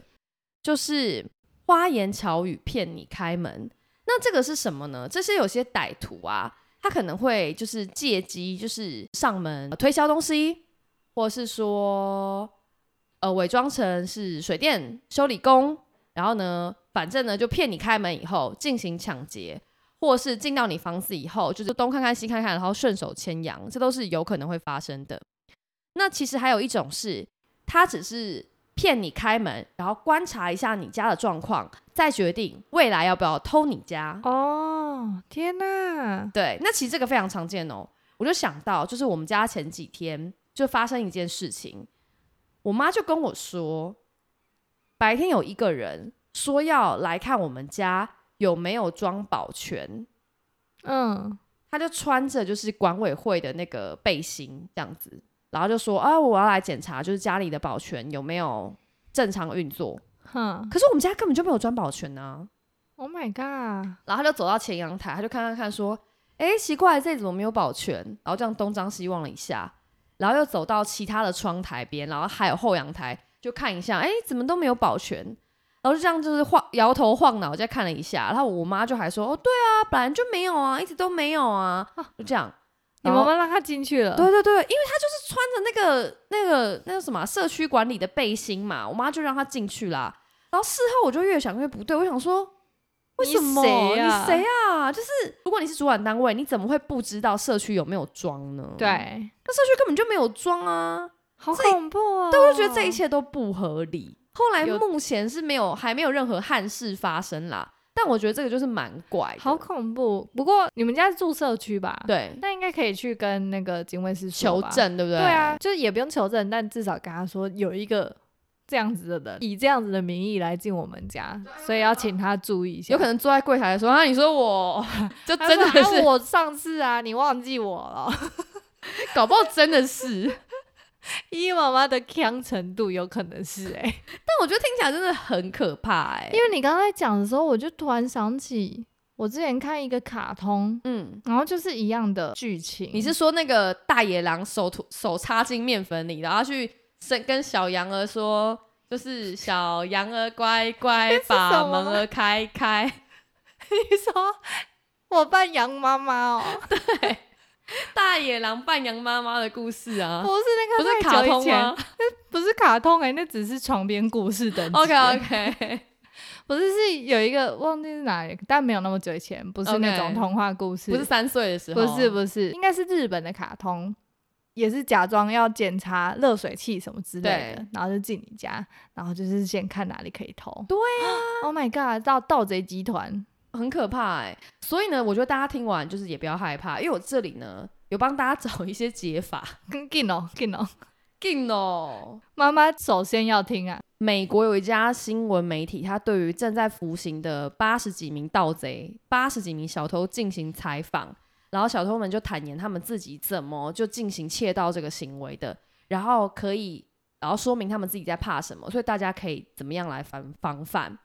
Speaker 1: 就是花言巧语骗你开门。那这个是什么呢？这是有些歹徒啊，他可能会就是借机就是上门、呃推销东西，或是说呃伪装成是水电修理工，然后呢，反正呢就骗你开门以后进行抢劫，或是进到你房子以后，就是东看看西看看，然后顺手牵羊，这都是有可能会发生的。那其实还有一种是，他只是骗你开门，然后观察一下你家的状况，再决定未来要不要偷你家。
Speaker 2: 哦，天哪！
Speaker 1: 对，那其实这个非常常见哦。我就想到，就是我们家前几天就发生一件事情，我妈就跟我说，白天有一个人说要来看我们家有没有装保全，
Speaker 2: 嗯，
Speaker 1: 他就穿着就是管委会的那个背心这样子，然后就说啊，我要来检查，就是家里的保全有没有正常运作。
Speaker 2: 哼
Speaker 1: 可是我们家根本就没有装保全啊。
Speaker 2: ，Oh my god！
Speaker 1: 然后他就走到前阳台，他就看看看，说：“哎，奇怪，这里怎么没有保全？”然后这样东张西望了一下，然后又走到其他的窗台边，然后还有后阳台，就看一下，哎，怎么都没有保全？然后就这样就是晃摇头晃脑，再看了一下，然后我妈就还说：“哦，对啊，本来就没有啊，一直都没有啊。”就这样，
Speaker 2: 你
Speaker 1: 然后
Speaker 2: 妈妈让他进去了，哦
Speaker 1: 对对对，因为他就是穿着那个那个那个什么啊社区管理的背心嘛，我妈就让他进去啦。然后事后我就越想越不对，我想说，为
Speaker 2: 你
Speaker 1: 什么
Speaker 2: 谁呀
Speaker 1: 你谁啊？就是如果你是主管单位，你怎么会不知道社区有没有装呢？
Speaker 2: 对，
Speaker 1: 那社区根本就没有装啊！
Speaker 2: 好恐怖哦！
Speaker 1: 但我就觉得这一切都不合理。后来
Speaker 2: 有
Speaker 1: 目前是没有还没有任何憾事发生啦，但我觉得这个就是蛮怪的。
Speaker 2: 好恐怖。不过你们家是住社区吧？，
Speaker 1: 对，
Speaker 2: 那应该可以去跟那个警卫室说
Speaker 1: 求
Speaker 2: 吧。
Speaker 1: 证对不对？
Speaker 2: 对啊，就是也不用求证，但至少跟他说有一个这样子的人，以这样子的名义来进我们家，所以要请他注意一下。
Speaker 1: 有可能坐在柜台的时候，啊，你说我 就真的
Speaker 2: 他
Speaker 1: 是
Speaker 2: 说啊我上次啊，你忘记我 了，
Speaker 1: 搞不好真的是，
Speaker 2: 依妈妈的腔程度有可能是哎、
Speaker 1: 但我觉得听起来真的很可怕哎、
Speaker 2: 因为你刚才讲的时候，我就突然想起我之前看一个卡通，
Speaker 1: 嗯，
Speaker 2: 然后就是一样的剧情。
Speaker 1: 你是说那个大野狼手涂手插进面粉里，然后去伸跟小羊儿说，就是小羊儿乖 乖把
Speaker 2: 什么
Speaker 1: 门儿开开，
Speaker 2: 你说我扮羊妈妈哦，
Speaker 1: 大野狼扮羊妈妈的故事啊
Speaker 2: 不，是
Speaker 1: 不
Speaker 2: 那个
Speaker 1: 是卡
Speaker 2: 太久以
Speaker 1: 通
Speaker 2: 前
Speaker 1: 吗
Speaker 2: 不是卡通哎、那只是床边故事等级。
Speaker 1: ？OK OK，
Speaker 2: 不是是有一个忘记是哪里，但没有那么久以前，不是那
Speaker 1: OK
Speaker 2: 种童话故事
Speaker 1: 不是三岁的时候，
Speaker 2: 不是不是，应该是日本的卡通，也是假装要检查热水器什么之类的
Speaker 1: 对，
Speaker 2: 然后就进你家，然后就是先看哪里可以偷。
Speaker 1: 对
Speaker 2: 啊 ，Oh my god，到盗贼集团，
Speaker 1: 很可怕哎、所以呢，我觉得大家听完就是也不要害怕，因为我这里呢有帮大家找一些解法。
Speaker 2: 跟 g i n 哦 g i n 哦，
Speaker 1: 劲哦！
Speaker 2: 妈妈首先要听啊，
Speaker 1: 美国有一家新闻媒体，他对于正在服刑的八十几名盗贼、八十几名小偷进行采访，然后小偷们就坦言他们自己怎么就进行窃盗这个行为的，然后可以，然后说明他们自己在怕什么，所以大家可以怎么样来防防范。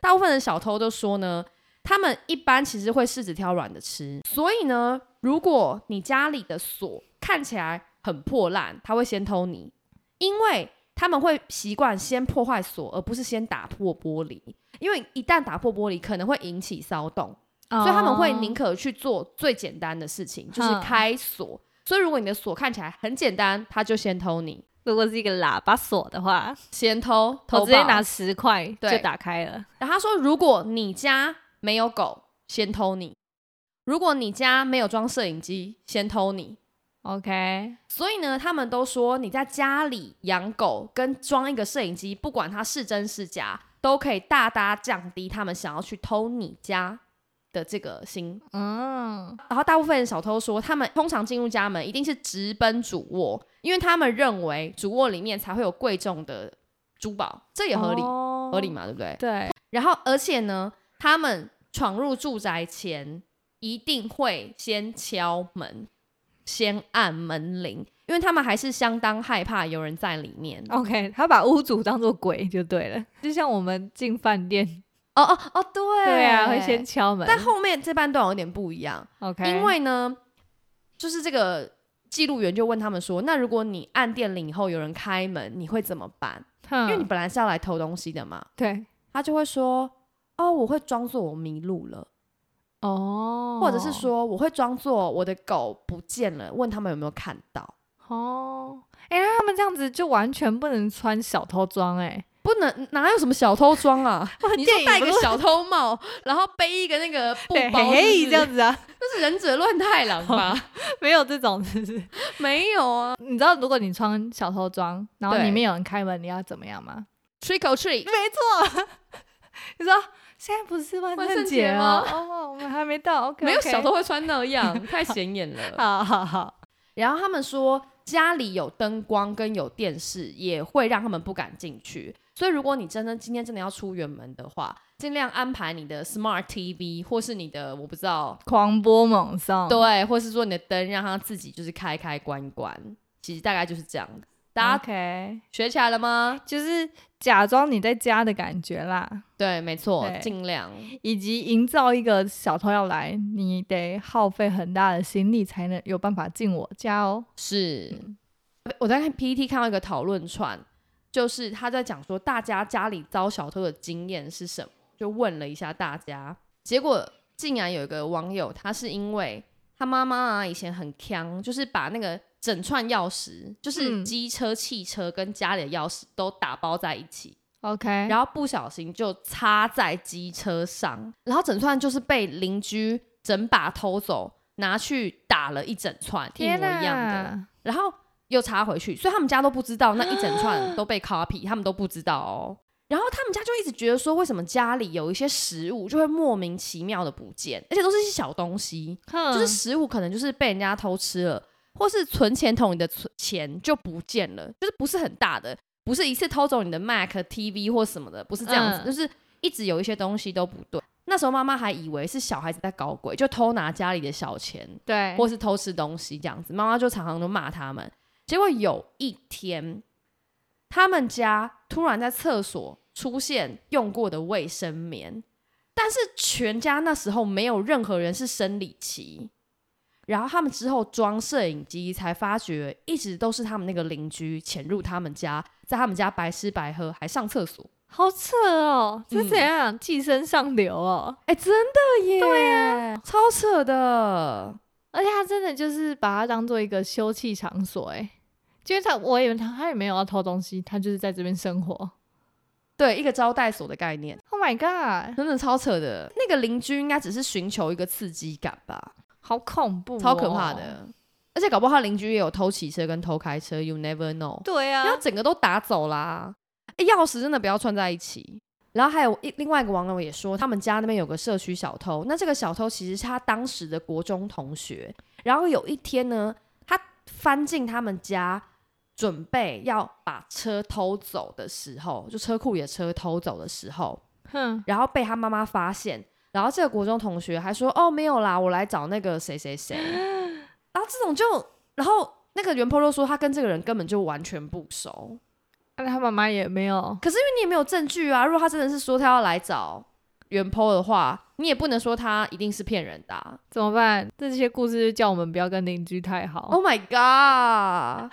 Speaker 1: 大部分的小偷都说呢，他们一般其实会柿子挑软的吃，所以呢，如果你家里的锁看起来很破烂，他会先偷你，因为他们会习惯先破坏锁，而不是先打破玻璃，因为一旦打破玻璃可能会引起骚动，
Speaker 2: 哦
Speaker 1: 所以他们会宁
Speaker 2: 可
Speaker 1: 可去做最简单的事情，就是
Speaker 2: 哼
Speaker 1: 开锁。所以如果你的锁看起来很简单，他就先偷你，
Speaker 2: 如果是一个喇叭锁的话，
Speaker 1: 先偷，偷
Speaker 2: 我直接
Speaker 1: 爆
Speaker 2: 拿十块就
Speaker 1: 对
Speaker 2: 打开了。
Speaker 1: 然后他说，如果你家没有狗，先偷你；如果你家没有装摄影机，先偷你。
Speaker 2: OK，
Speaker 1: 所以呢，他们都说你在家里养狗跟装一个摄影机，不管它是真是假，都可以大大降低他们想要去偷你家的这个心。
Speaker 2: 嗯，
Speaker 1: 然后大部分的小偷说，他们通常进入家门一定是直奔主卧，因为他们认为主卧里面才会有贵重的珠宝，这也合理，
Speaker 2: 哦
Speaker 1: 合理？嘛，对不对？
Speaker 2: 对，
Speaker 1: 然后而且呢，他们闯入住宅前一定会先敲门，先按门铃，因为他们还是相当害怕有人在里面。
Speaker 2: OK，他把屋主当做鬼就对了，就像我们进饭店，
Speaker 1: 哦哦哦，对，
Speaker 2: 对啊，会先。敲门。
Speaker 1: 但后面这半段有点不一样，
Speaker 2: OK，
Speaker 1: 因为呢，就是这个记录员就问他们说：“那如果你按电铃以后有人开门，你会怎么办？
Speaker 2: 哼
Speaker 1: 因为你本来是要来偷东西的嘛。”
Speaker 2: 对
Speaker 1: 他就会说：“哦，我会装作我迷路了。”
Speaker 2: 哦，
Speaker 1: 或者是说我会装作我的狗不见了，问他们有没有看到，
Speaker 2: 哦，哎、那他们这样子就完全不能穿小偷装哎、
Speaker 1: 不能哪有什么小偷装啊？ 你说
Speaker 2: 电影
Speaker 1: 戴个
Speaker 2: 不是
Speaker 1: 小偷帽，然后背一个那 个布
Speaker 2: 对，
Speaker 1: 包，
Speaker 2: 嘿嘿
Speaker 1: 是不是
Speaker 2: 这样子啊，
Speaker 1: 那是忍者乱太郎 吧？
Speaker 2: 没有这种，是不是？
Speaker 1: 没有啊
Speaker 2: 你知道如果你穿小偷装，然后
Speaker 1: 对
Speaker 2: 里面有人开门，你要怎么样吗？
Speaker 1: ，trick or treat，
Speaker 2: 你说现在不是万
Speaker 1: 万
Speaker 2: 圣
Speaker 1: 圣
Speaker 2: 节
Speaker 1: 节
Speaker 2: 吗？哦，我们还没到，OK，
Speaker 1: 没有小偷。会穿那样，太显眼了。
Speaker 2: 好好好，
Speaker 1: 然后他们说家里有灯光跟有电视，也会让他们不敢进去。所以如果你真的今天真的要出远门的话，尽量安排你的 smart TV 或是你的我不知道
Speaker 2: 狂播猛送，
Speaker 1: 对，或是说你的灯让它自己就是开开关关，其实大概就是这样。大家
Speaker 2: OK，
Speaker 1: 学起来了吗？
Speaker 2: 就是假装你在家的感觉啦，
Speaker 1: 对，没错，
Speaker 2: 对
Speaker 1: 尽量。
Speaker 2: 以及营造一个小偷要来，你得耗费很大的心力才能有办法进我家哦。
Speaker 1: 是，嗯我在看 PPT 看到一个讨论串，就是他在讲说大家家里遭小偷的经验是什么，就问了一下大家，结果竟然有一个网友，他是因为他妈妈啊以前很强，就是把那个整串钥匙，就是
Speaker 2: 嗯
Speaker 1: 机车、汽车跟家里的钥匙都打包在一起，
Speaker 2: OK，
Speaker 1: 然后不小心就插在机车上，然后整串就是被邻居整把偷走，拿去打了一整串一模
Speaker 2: 天
Speaker 1: 一样的，
Speaker 2: 呐，
Speaker 1: 然后又插回去，所以他们家都不知道那一整串都被 copy，他们都不知道哦。然后他们家就一直觉得说，为什么家里有一些食物就会莫名其妙的不见，而且都是一些小东西，
Speaker 2: 哼
Speaker 1: 就是食物可能就是被人家偷吃了，或是存钱筒里的存钱就不见了，就是不是很大的，不是一次偷走你的 Mac、TV 或什么的，不是这样子，
Speaker 2: 嗯
Speaker 1: 就是一直有一些东西都不对。那时候妈妈还以为是小孩子在搞鬼，就偷拿家里的小钱，
Speaker 2: 对，
Speaker 1: 或是偷吃东西这样子，妈妈就常常都骂他们。结果有一天，他们家突然在厕所出现用过的卫生棉，但是全家那时候没有任何人是生理期。然后他们之后装摄影机，才发觉一直都是他们那个邻居潜入他们家，在他们家白吃白喝，还上厕所。
Speaker 2: 好扯哦，这
Speaker 1: 嗯
Speaker 2: 怎样、寄生上流哦？
Speaker 1: 哎，真的耶！对啊呀、超扯的。
Speaker 2: 而且他真的就是把它当做一个休憩场所，哎，就是他，我以为他他也没有要偷东西，他就是在这边生活。
Speaker 1: 对，一个招待所的概念。
Speaker 2: Oh my god，
Speaker 1: 真的超扯的。那个邻居应该只是寻求一个刺激感吧，
Speaker 2: 好恐怖、哦
Speaker 1: 超可怕。的。而且搞不好他邻居也有偷骑车跟偷开车，you never know。
Speaker 2: 对啊
Speaker 1: 然，后整个都打走啦，哎钥匙真的不要串在一起。然后还有一另外一个网友也说，他们家那边有个社区小偷，那这个小偷其实是他当时的国中同学。然后有一天呢，他翻进他们家，准备要把车偷走的时候，就车库里的车偷走的时候，
Speaker 2: 哼，
Speaker 1: 然后被他妈妈发现，然后这个国中同学还说：“哦，没有啦，我来找那个谁谁 谁。”然后这种就，然后那个袁坡就说他跟这个人根本就完全不熟，
Speaker 2: 那他妈妈也没有，
Speaker 1: 可是因为你也没有证据啊。如果他真的是说他要来找袁坡的话，你也不能说他一定是骗人的啊、
Speaker 2: 怎么办？这些故事就叫我们不要跟邻居太好，
Speaker 1: Oh my god，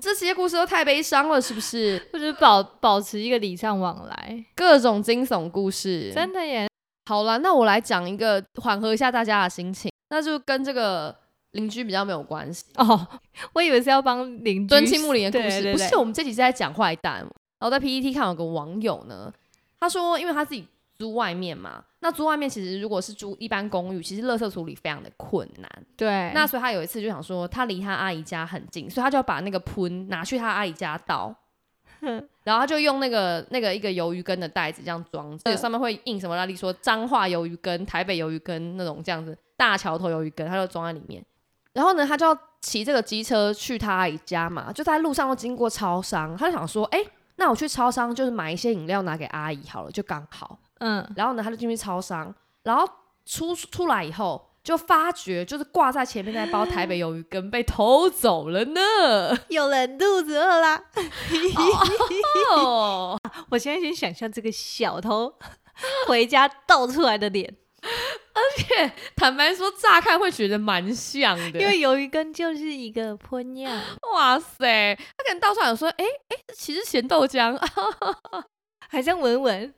Speaker 1: 这些故事都太悲伤了，是不是？
Speaker 2: 或者保保持一个礼尚往来。
Speaker 1: 各种惊悚故事，
Speaker 2: 真的耶，
Speaker 1: 好了，那我来讲一个缓和一下大家的心情，那就跟这个邻居比较没有关系。
Speaker 2: 哦， 我以为是要帮邻居
Speaker 1: 敦亲睦邻的故
Speaker 2: 对
Speaker 1: 事，
Speaker 2: 对
Speaker 1: 不
Speaker 2: 对
Speaker 1: 是我们这集是在讲坏蛋。然后在 PPT 看有个网友呢，他说，因为他自己租外面嘛，那租外面其实如果是租一般公寓，其实垃圾处理非常的困难。
Speaker 2: 对，
Speaker 1: 那所以他有一次就想说，他离他阿姨家很近，所以他就要把那个喷拿去他阿姨家倒。然后他就用那个那个一个鱿鱼羹的袋子这样装，所以上面会印什么拉力说彰化鱿鱼羹、台北鱿鱼羹那种这样子，大桥头鱿鱼羹，他就装在里面。然后呢，他就要骑这个机车去他阿姨家嘛，就在路上都经过超商，他就想说，哎、那我去超商就是买一些饮料拿给阿姨好了，就刚好。
Speaker 2: 嗯，
Speaker 1: 然后呢，他就进去超商，然后出出来以后。就发觉，就是挂在前面那包台北鱿鱼羹被 偷走了呢。
Speaker 2: 有人肚子饿啦。
Speaker 1: 哦，
Speaker 2: 我现在先想象这个小偷 回家倒出来 的脸，
Speaker 1: 坦白说，乍看会觉得蛮像的，
Speaker 2: 因为鱿鱼羹就是一个泼 尿。
Speaker 1: 哇塞，他可能到处想说，哎、哎、其实咸豆浆， 啊
Speaker 2: 还这样闻闻，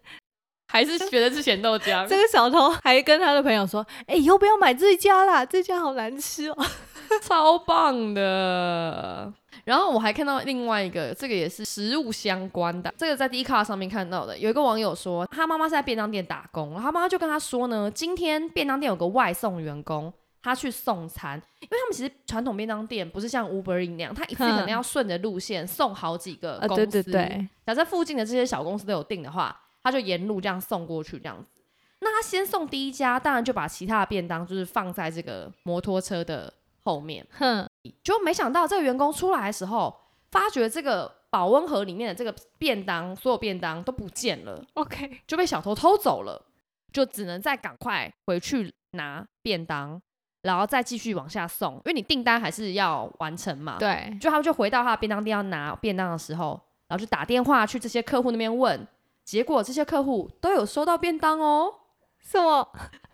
Speaker 1: 还是觉得是咸豆浆
Speaker 2: 这，个小偷还跟他的朋友说：“哎、以后不要买这家啦，这家好难吃哦。
Speaker 1: 超棒的。然后我还看到另外一个，这个也是食物相关的，这个在 d 卡上面看到的。有一个网友说，他妈妈是在便当店打工，然后他妈妈就跟他说呢，今天便当店有个外送员工，他去送餐，因为他们其实传统便当店不是像 Uber Eats 那样，他一次可能
Speaker 2: 嗯
Speaker 1: 要顺着路线送好几个”
Speaker 2: 啊，
Speaker 1: 呃公司，
Speaker 2: 对对对，
Speaker 1: 假设附近的这些小公司都有订的话，他就沿路这样送过去，这样子。那他先送第一家，当然就把其他的便当就是放在这个摩托车的后面。
Speaker 2: 哼，
Speaker 1: 就没想到这个员工出来的时候，发觉这个保温盒里面的这个便当，所有便当都不见了，
Speaker 2: OK，
Speaker 1: 就被小偷偷走了，就只能再赶快回去拿便当，然后再继续往下送，因为你订单还是要完成嘛。
Speaker 2: 对，
Speaker 1: 就他们就回到他的便当店要拿便当的时候，然后就打电话去这些客户那边问，结果这些客户都有收到便当哦，
Speaker 2: 什么？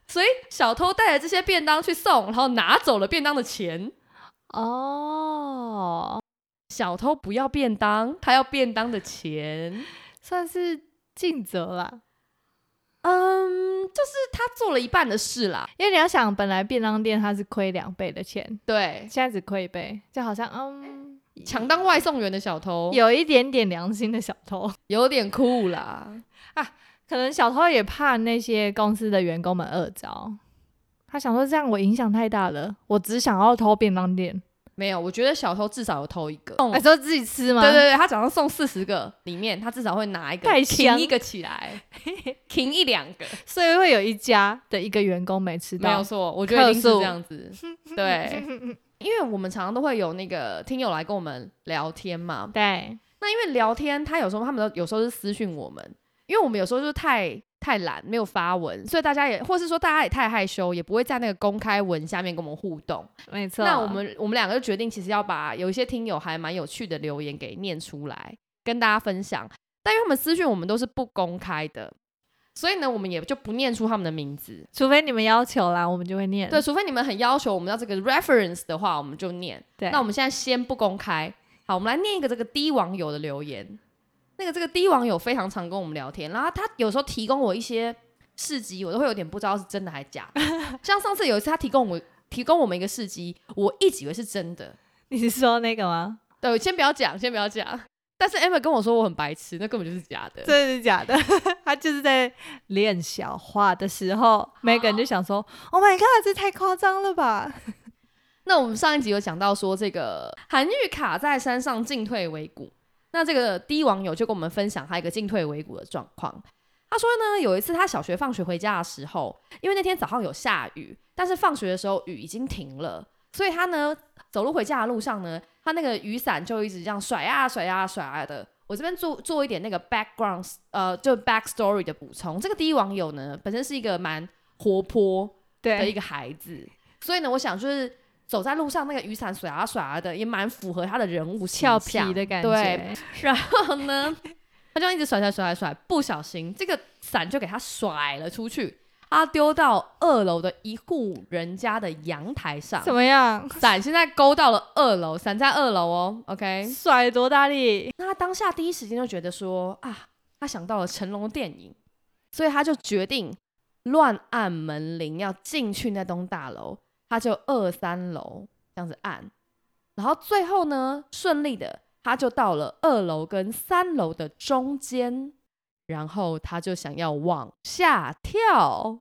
Speaker 1: 所以小偷带着这些便当去送，然后拿走了便当的钱。
Speaker 2: 哦，
Speaker 1: 小偷不要便当，他要便当的钱。
Speaker 2: 算是尽责啦，
Speaker 1: 嗯，就是他做了一半的事啦。
Speaker 2: 因为你要想，本来便当店它是亏两倍的钱，
Speaker 1: 对，
Speaker 2: 现在只亏一倍，就好像嗯，
Speaker 1: 抢当外送员的小偷有
Speaker 2: 有一点点良心的小偷。
Speaker 1: 有点酷啦。
Speaker 2: 可能小偷也怕那些公司的员工们恶招，他想说这样我影响太大了，我只想要偷便当店，
Speaker 1: 没有，我觉得小偷至少有偷一个。送
Speaker 2: 哎、说自己吃吗？
Speaker 1: 哦对对对，他早上送四十个，里面他至少会拿一个，
Speaker 2: 太
Speaker 1: 停
Speaker 2: 香
Speaker 1: 一个起 来，停一两个，
Speaker 2: 所以会有一家的一个员工没吃
Speaker 1: 没有
Speaker 2: 到，
Speaker 1: 错，我觉得一定是
Speaker 2: 客诉
Speaker 1: 这样子。对， 因为我们常常都会有那个听友来跟我们聊天嘛，
Speaker 2: 对，
Speaker 1: 那因为聊天，他有时候他们都有时候是私讯我们，因为我们有时候就是太太懒，没有发文，所以大家也或是说大家也太害羞，也不会在那个公开文下面跟我们互动。
Speaker 2: 没错。
Speaker 1: 那我们我们两个就决定，其实要把有一些听友还蛮有趣的留言给念出来，跟大家分享。但因为他们私讯我们都是不公开的，所以呢，我们也就不念出他们的名字。
Speaker 2: 除非你们要求啦，我们就会念。
Speaker 1: 对，除非你们很要求我们要这个 reference 的话，我们就念。
Speaker 2: 对，
Speaker 1: 那我们现在先不公开。好，我们来念一个这个 D 网友的留言。那个这个 D 网友非常常跟我们聊天，然后他有时候提供我一些市集，我都会有点不知道是真的还假的。像上次有一次他提供我提供我们一个市集，我一直以为是真的，
Speaker 2: 你是说那个吗？
Speaker 1: 对，先不要讲，先不要讲。但是 Emma 跟我说我很白痴，那根本就是假的。
Speaker 2: 真的是假的？ 他就是在练小话的时候，Megan 就想说：“Oh my god，这太夸张了吧
Speaker 1: 那我们上一集有讲到说，这个韩愈卡在山上进退维谷。那这个第一网友就跟我们分享他一个进退维谷的状况。他说呢，有一次他小学放学回家的时候，因为那天早上有下雨，但是放学的时候雨已经停了，所以他呢走路回家的路上呢，他那个雨伞就一直这样甩啊甩啊甩啊的。我这边做做一点那个 background，呃，就 backstory 的补充。这个第一网友呢，本身是一个蛮活泼，？”的一
Speaker 2: 对，
Speaker 1: 个孩子，所以呢，我想就是走在路上那个雨伞甩啊甩啊的，也蛮符合他的人物形
Speaker 2: 俏
Speaker 1: 象
Speaker 2: 皮的感
Speaker 1: 对，
Speaker 2: 觉，
Speaker 1: 然后 呢，他就一直甩甩甩甩甩，不小心这个伞就给他甩了出去，他丢到二楼的一户人家的阳台上
Speaker 2: 怎。么样？
Speaker 1: 伞现在勾到了二楼，伞在二楼哦，OK。
Speaker 2: 哎甩多大力？
Speaker 1: 那他当下第一时间就觉得说啊，他想到了成龙的电影，所以他就决定乱按门铃，要进去那栋大楼。他就二三楼这样子按，然后最后呢，顺利的他就到了二楼跟三楼的中间，然后他就想要往下跳，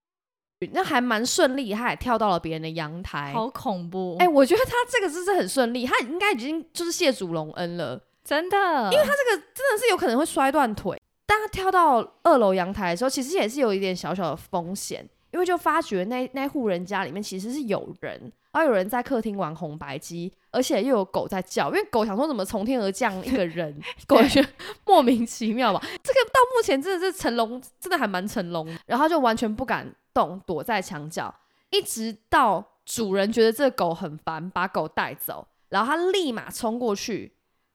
Speaker 1: 那还蛮顺利，他也跳到了别人的阳台，哎
Speaker 2: 好恐怖！
Speaker 1: 哎、我觉得他这个真是很顺利，他应该已经就是谢主隆恩了，
Speaker 2: 真的，因为他
Speaker 1: 这个真的是有可能会摔断腿。当他跳到二楼阳台的时候，其实也是有一点小小的风险，因为就发觉那那户人家里面其实是有人，然后有人在客厅玩红白机，而且又有狗在叫，因为狗想说怎么从天而降一个人，狗也觉得 莫名其妙吧。这个到目前真的是成龙，真的还蛮成龙，然后就完全不敢动，躲在墙角，一直到主人觉得这狗很烦，把狗带走，然后他立马冲过去。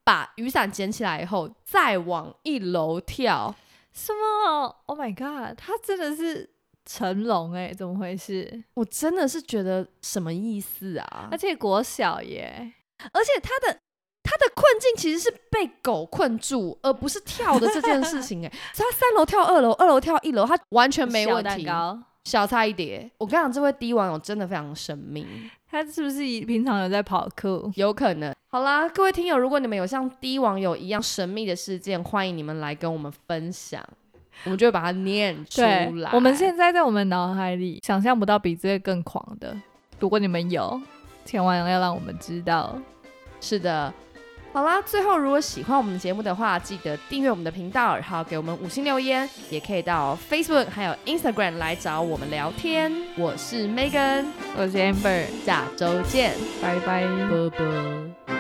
Speaker 1: 把雨伞捡起来以后，再往一楼跳，
Speaker 2: 什么？Oh my god！他真的是成龙哎、怎么回事？
Speaker 1: 我真的是觉得什么意思啊
Speaker 2: 而？且国小耶，
Speaker 1: 而且他的他的困境其实是被狗困住，而不是跳的这件事情、欸。哎， 所以他三楼跳二楼，二楼跳一楼，他完全没
Speaker 2: 小
Speaker 1: 问
Speaker 2: 蛋
Speaker 1: 题，
Speaker 2: 糕，
Speaker 1: 小菜一碟。我跟你讲，这位 D 网友真的非常神 秘，
Speaker 2: 他是不是平常有在跑酷？
Speaker 1: 有可能。好啦，各位听友，如果你们有像 D 网友一样神秘的事件，欢迎你们来跟我们分享，我们就会把它念出
Speaker 2: 对
Speaker 1: 来。，
Speaker 2: 我们现在在我们脑海里想象不到比这个更狂的。如果你们有，千万要让我们知道。
Speaker 1: 是的。好啦，最后如果喜欢我们节目的话，记得订阅我们的频道，然后给我们五星留言，也可以到 Facebook 还有 Instagram 来找我们聊天。我是 Megan，
Speaker 2: 我是 Amber，
Speaker 1: 下周见，
Speaker 2: 拜拜。
Speaker 1: 啵啵。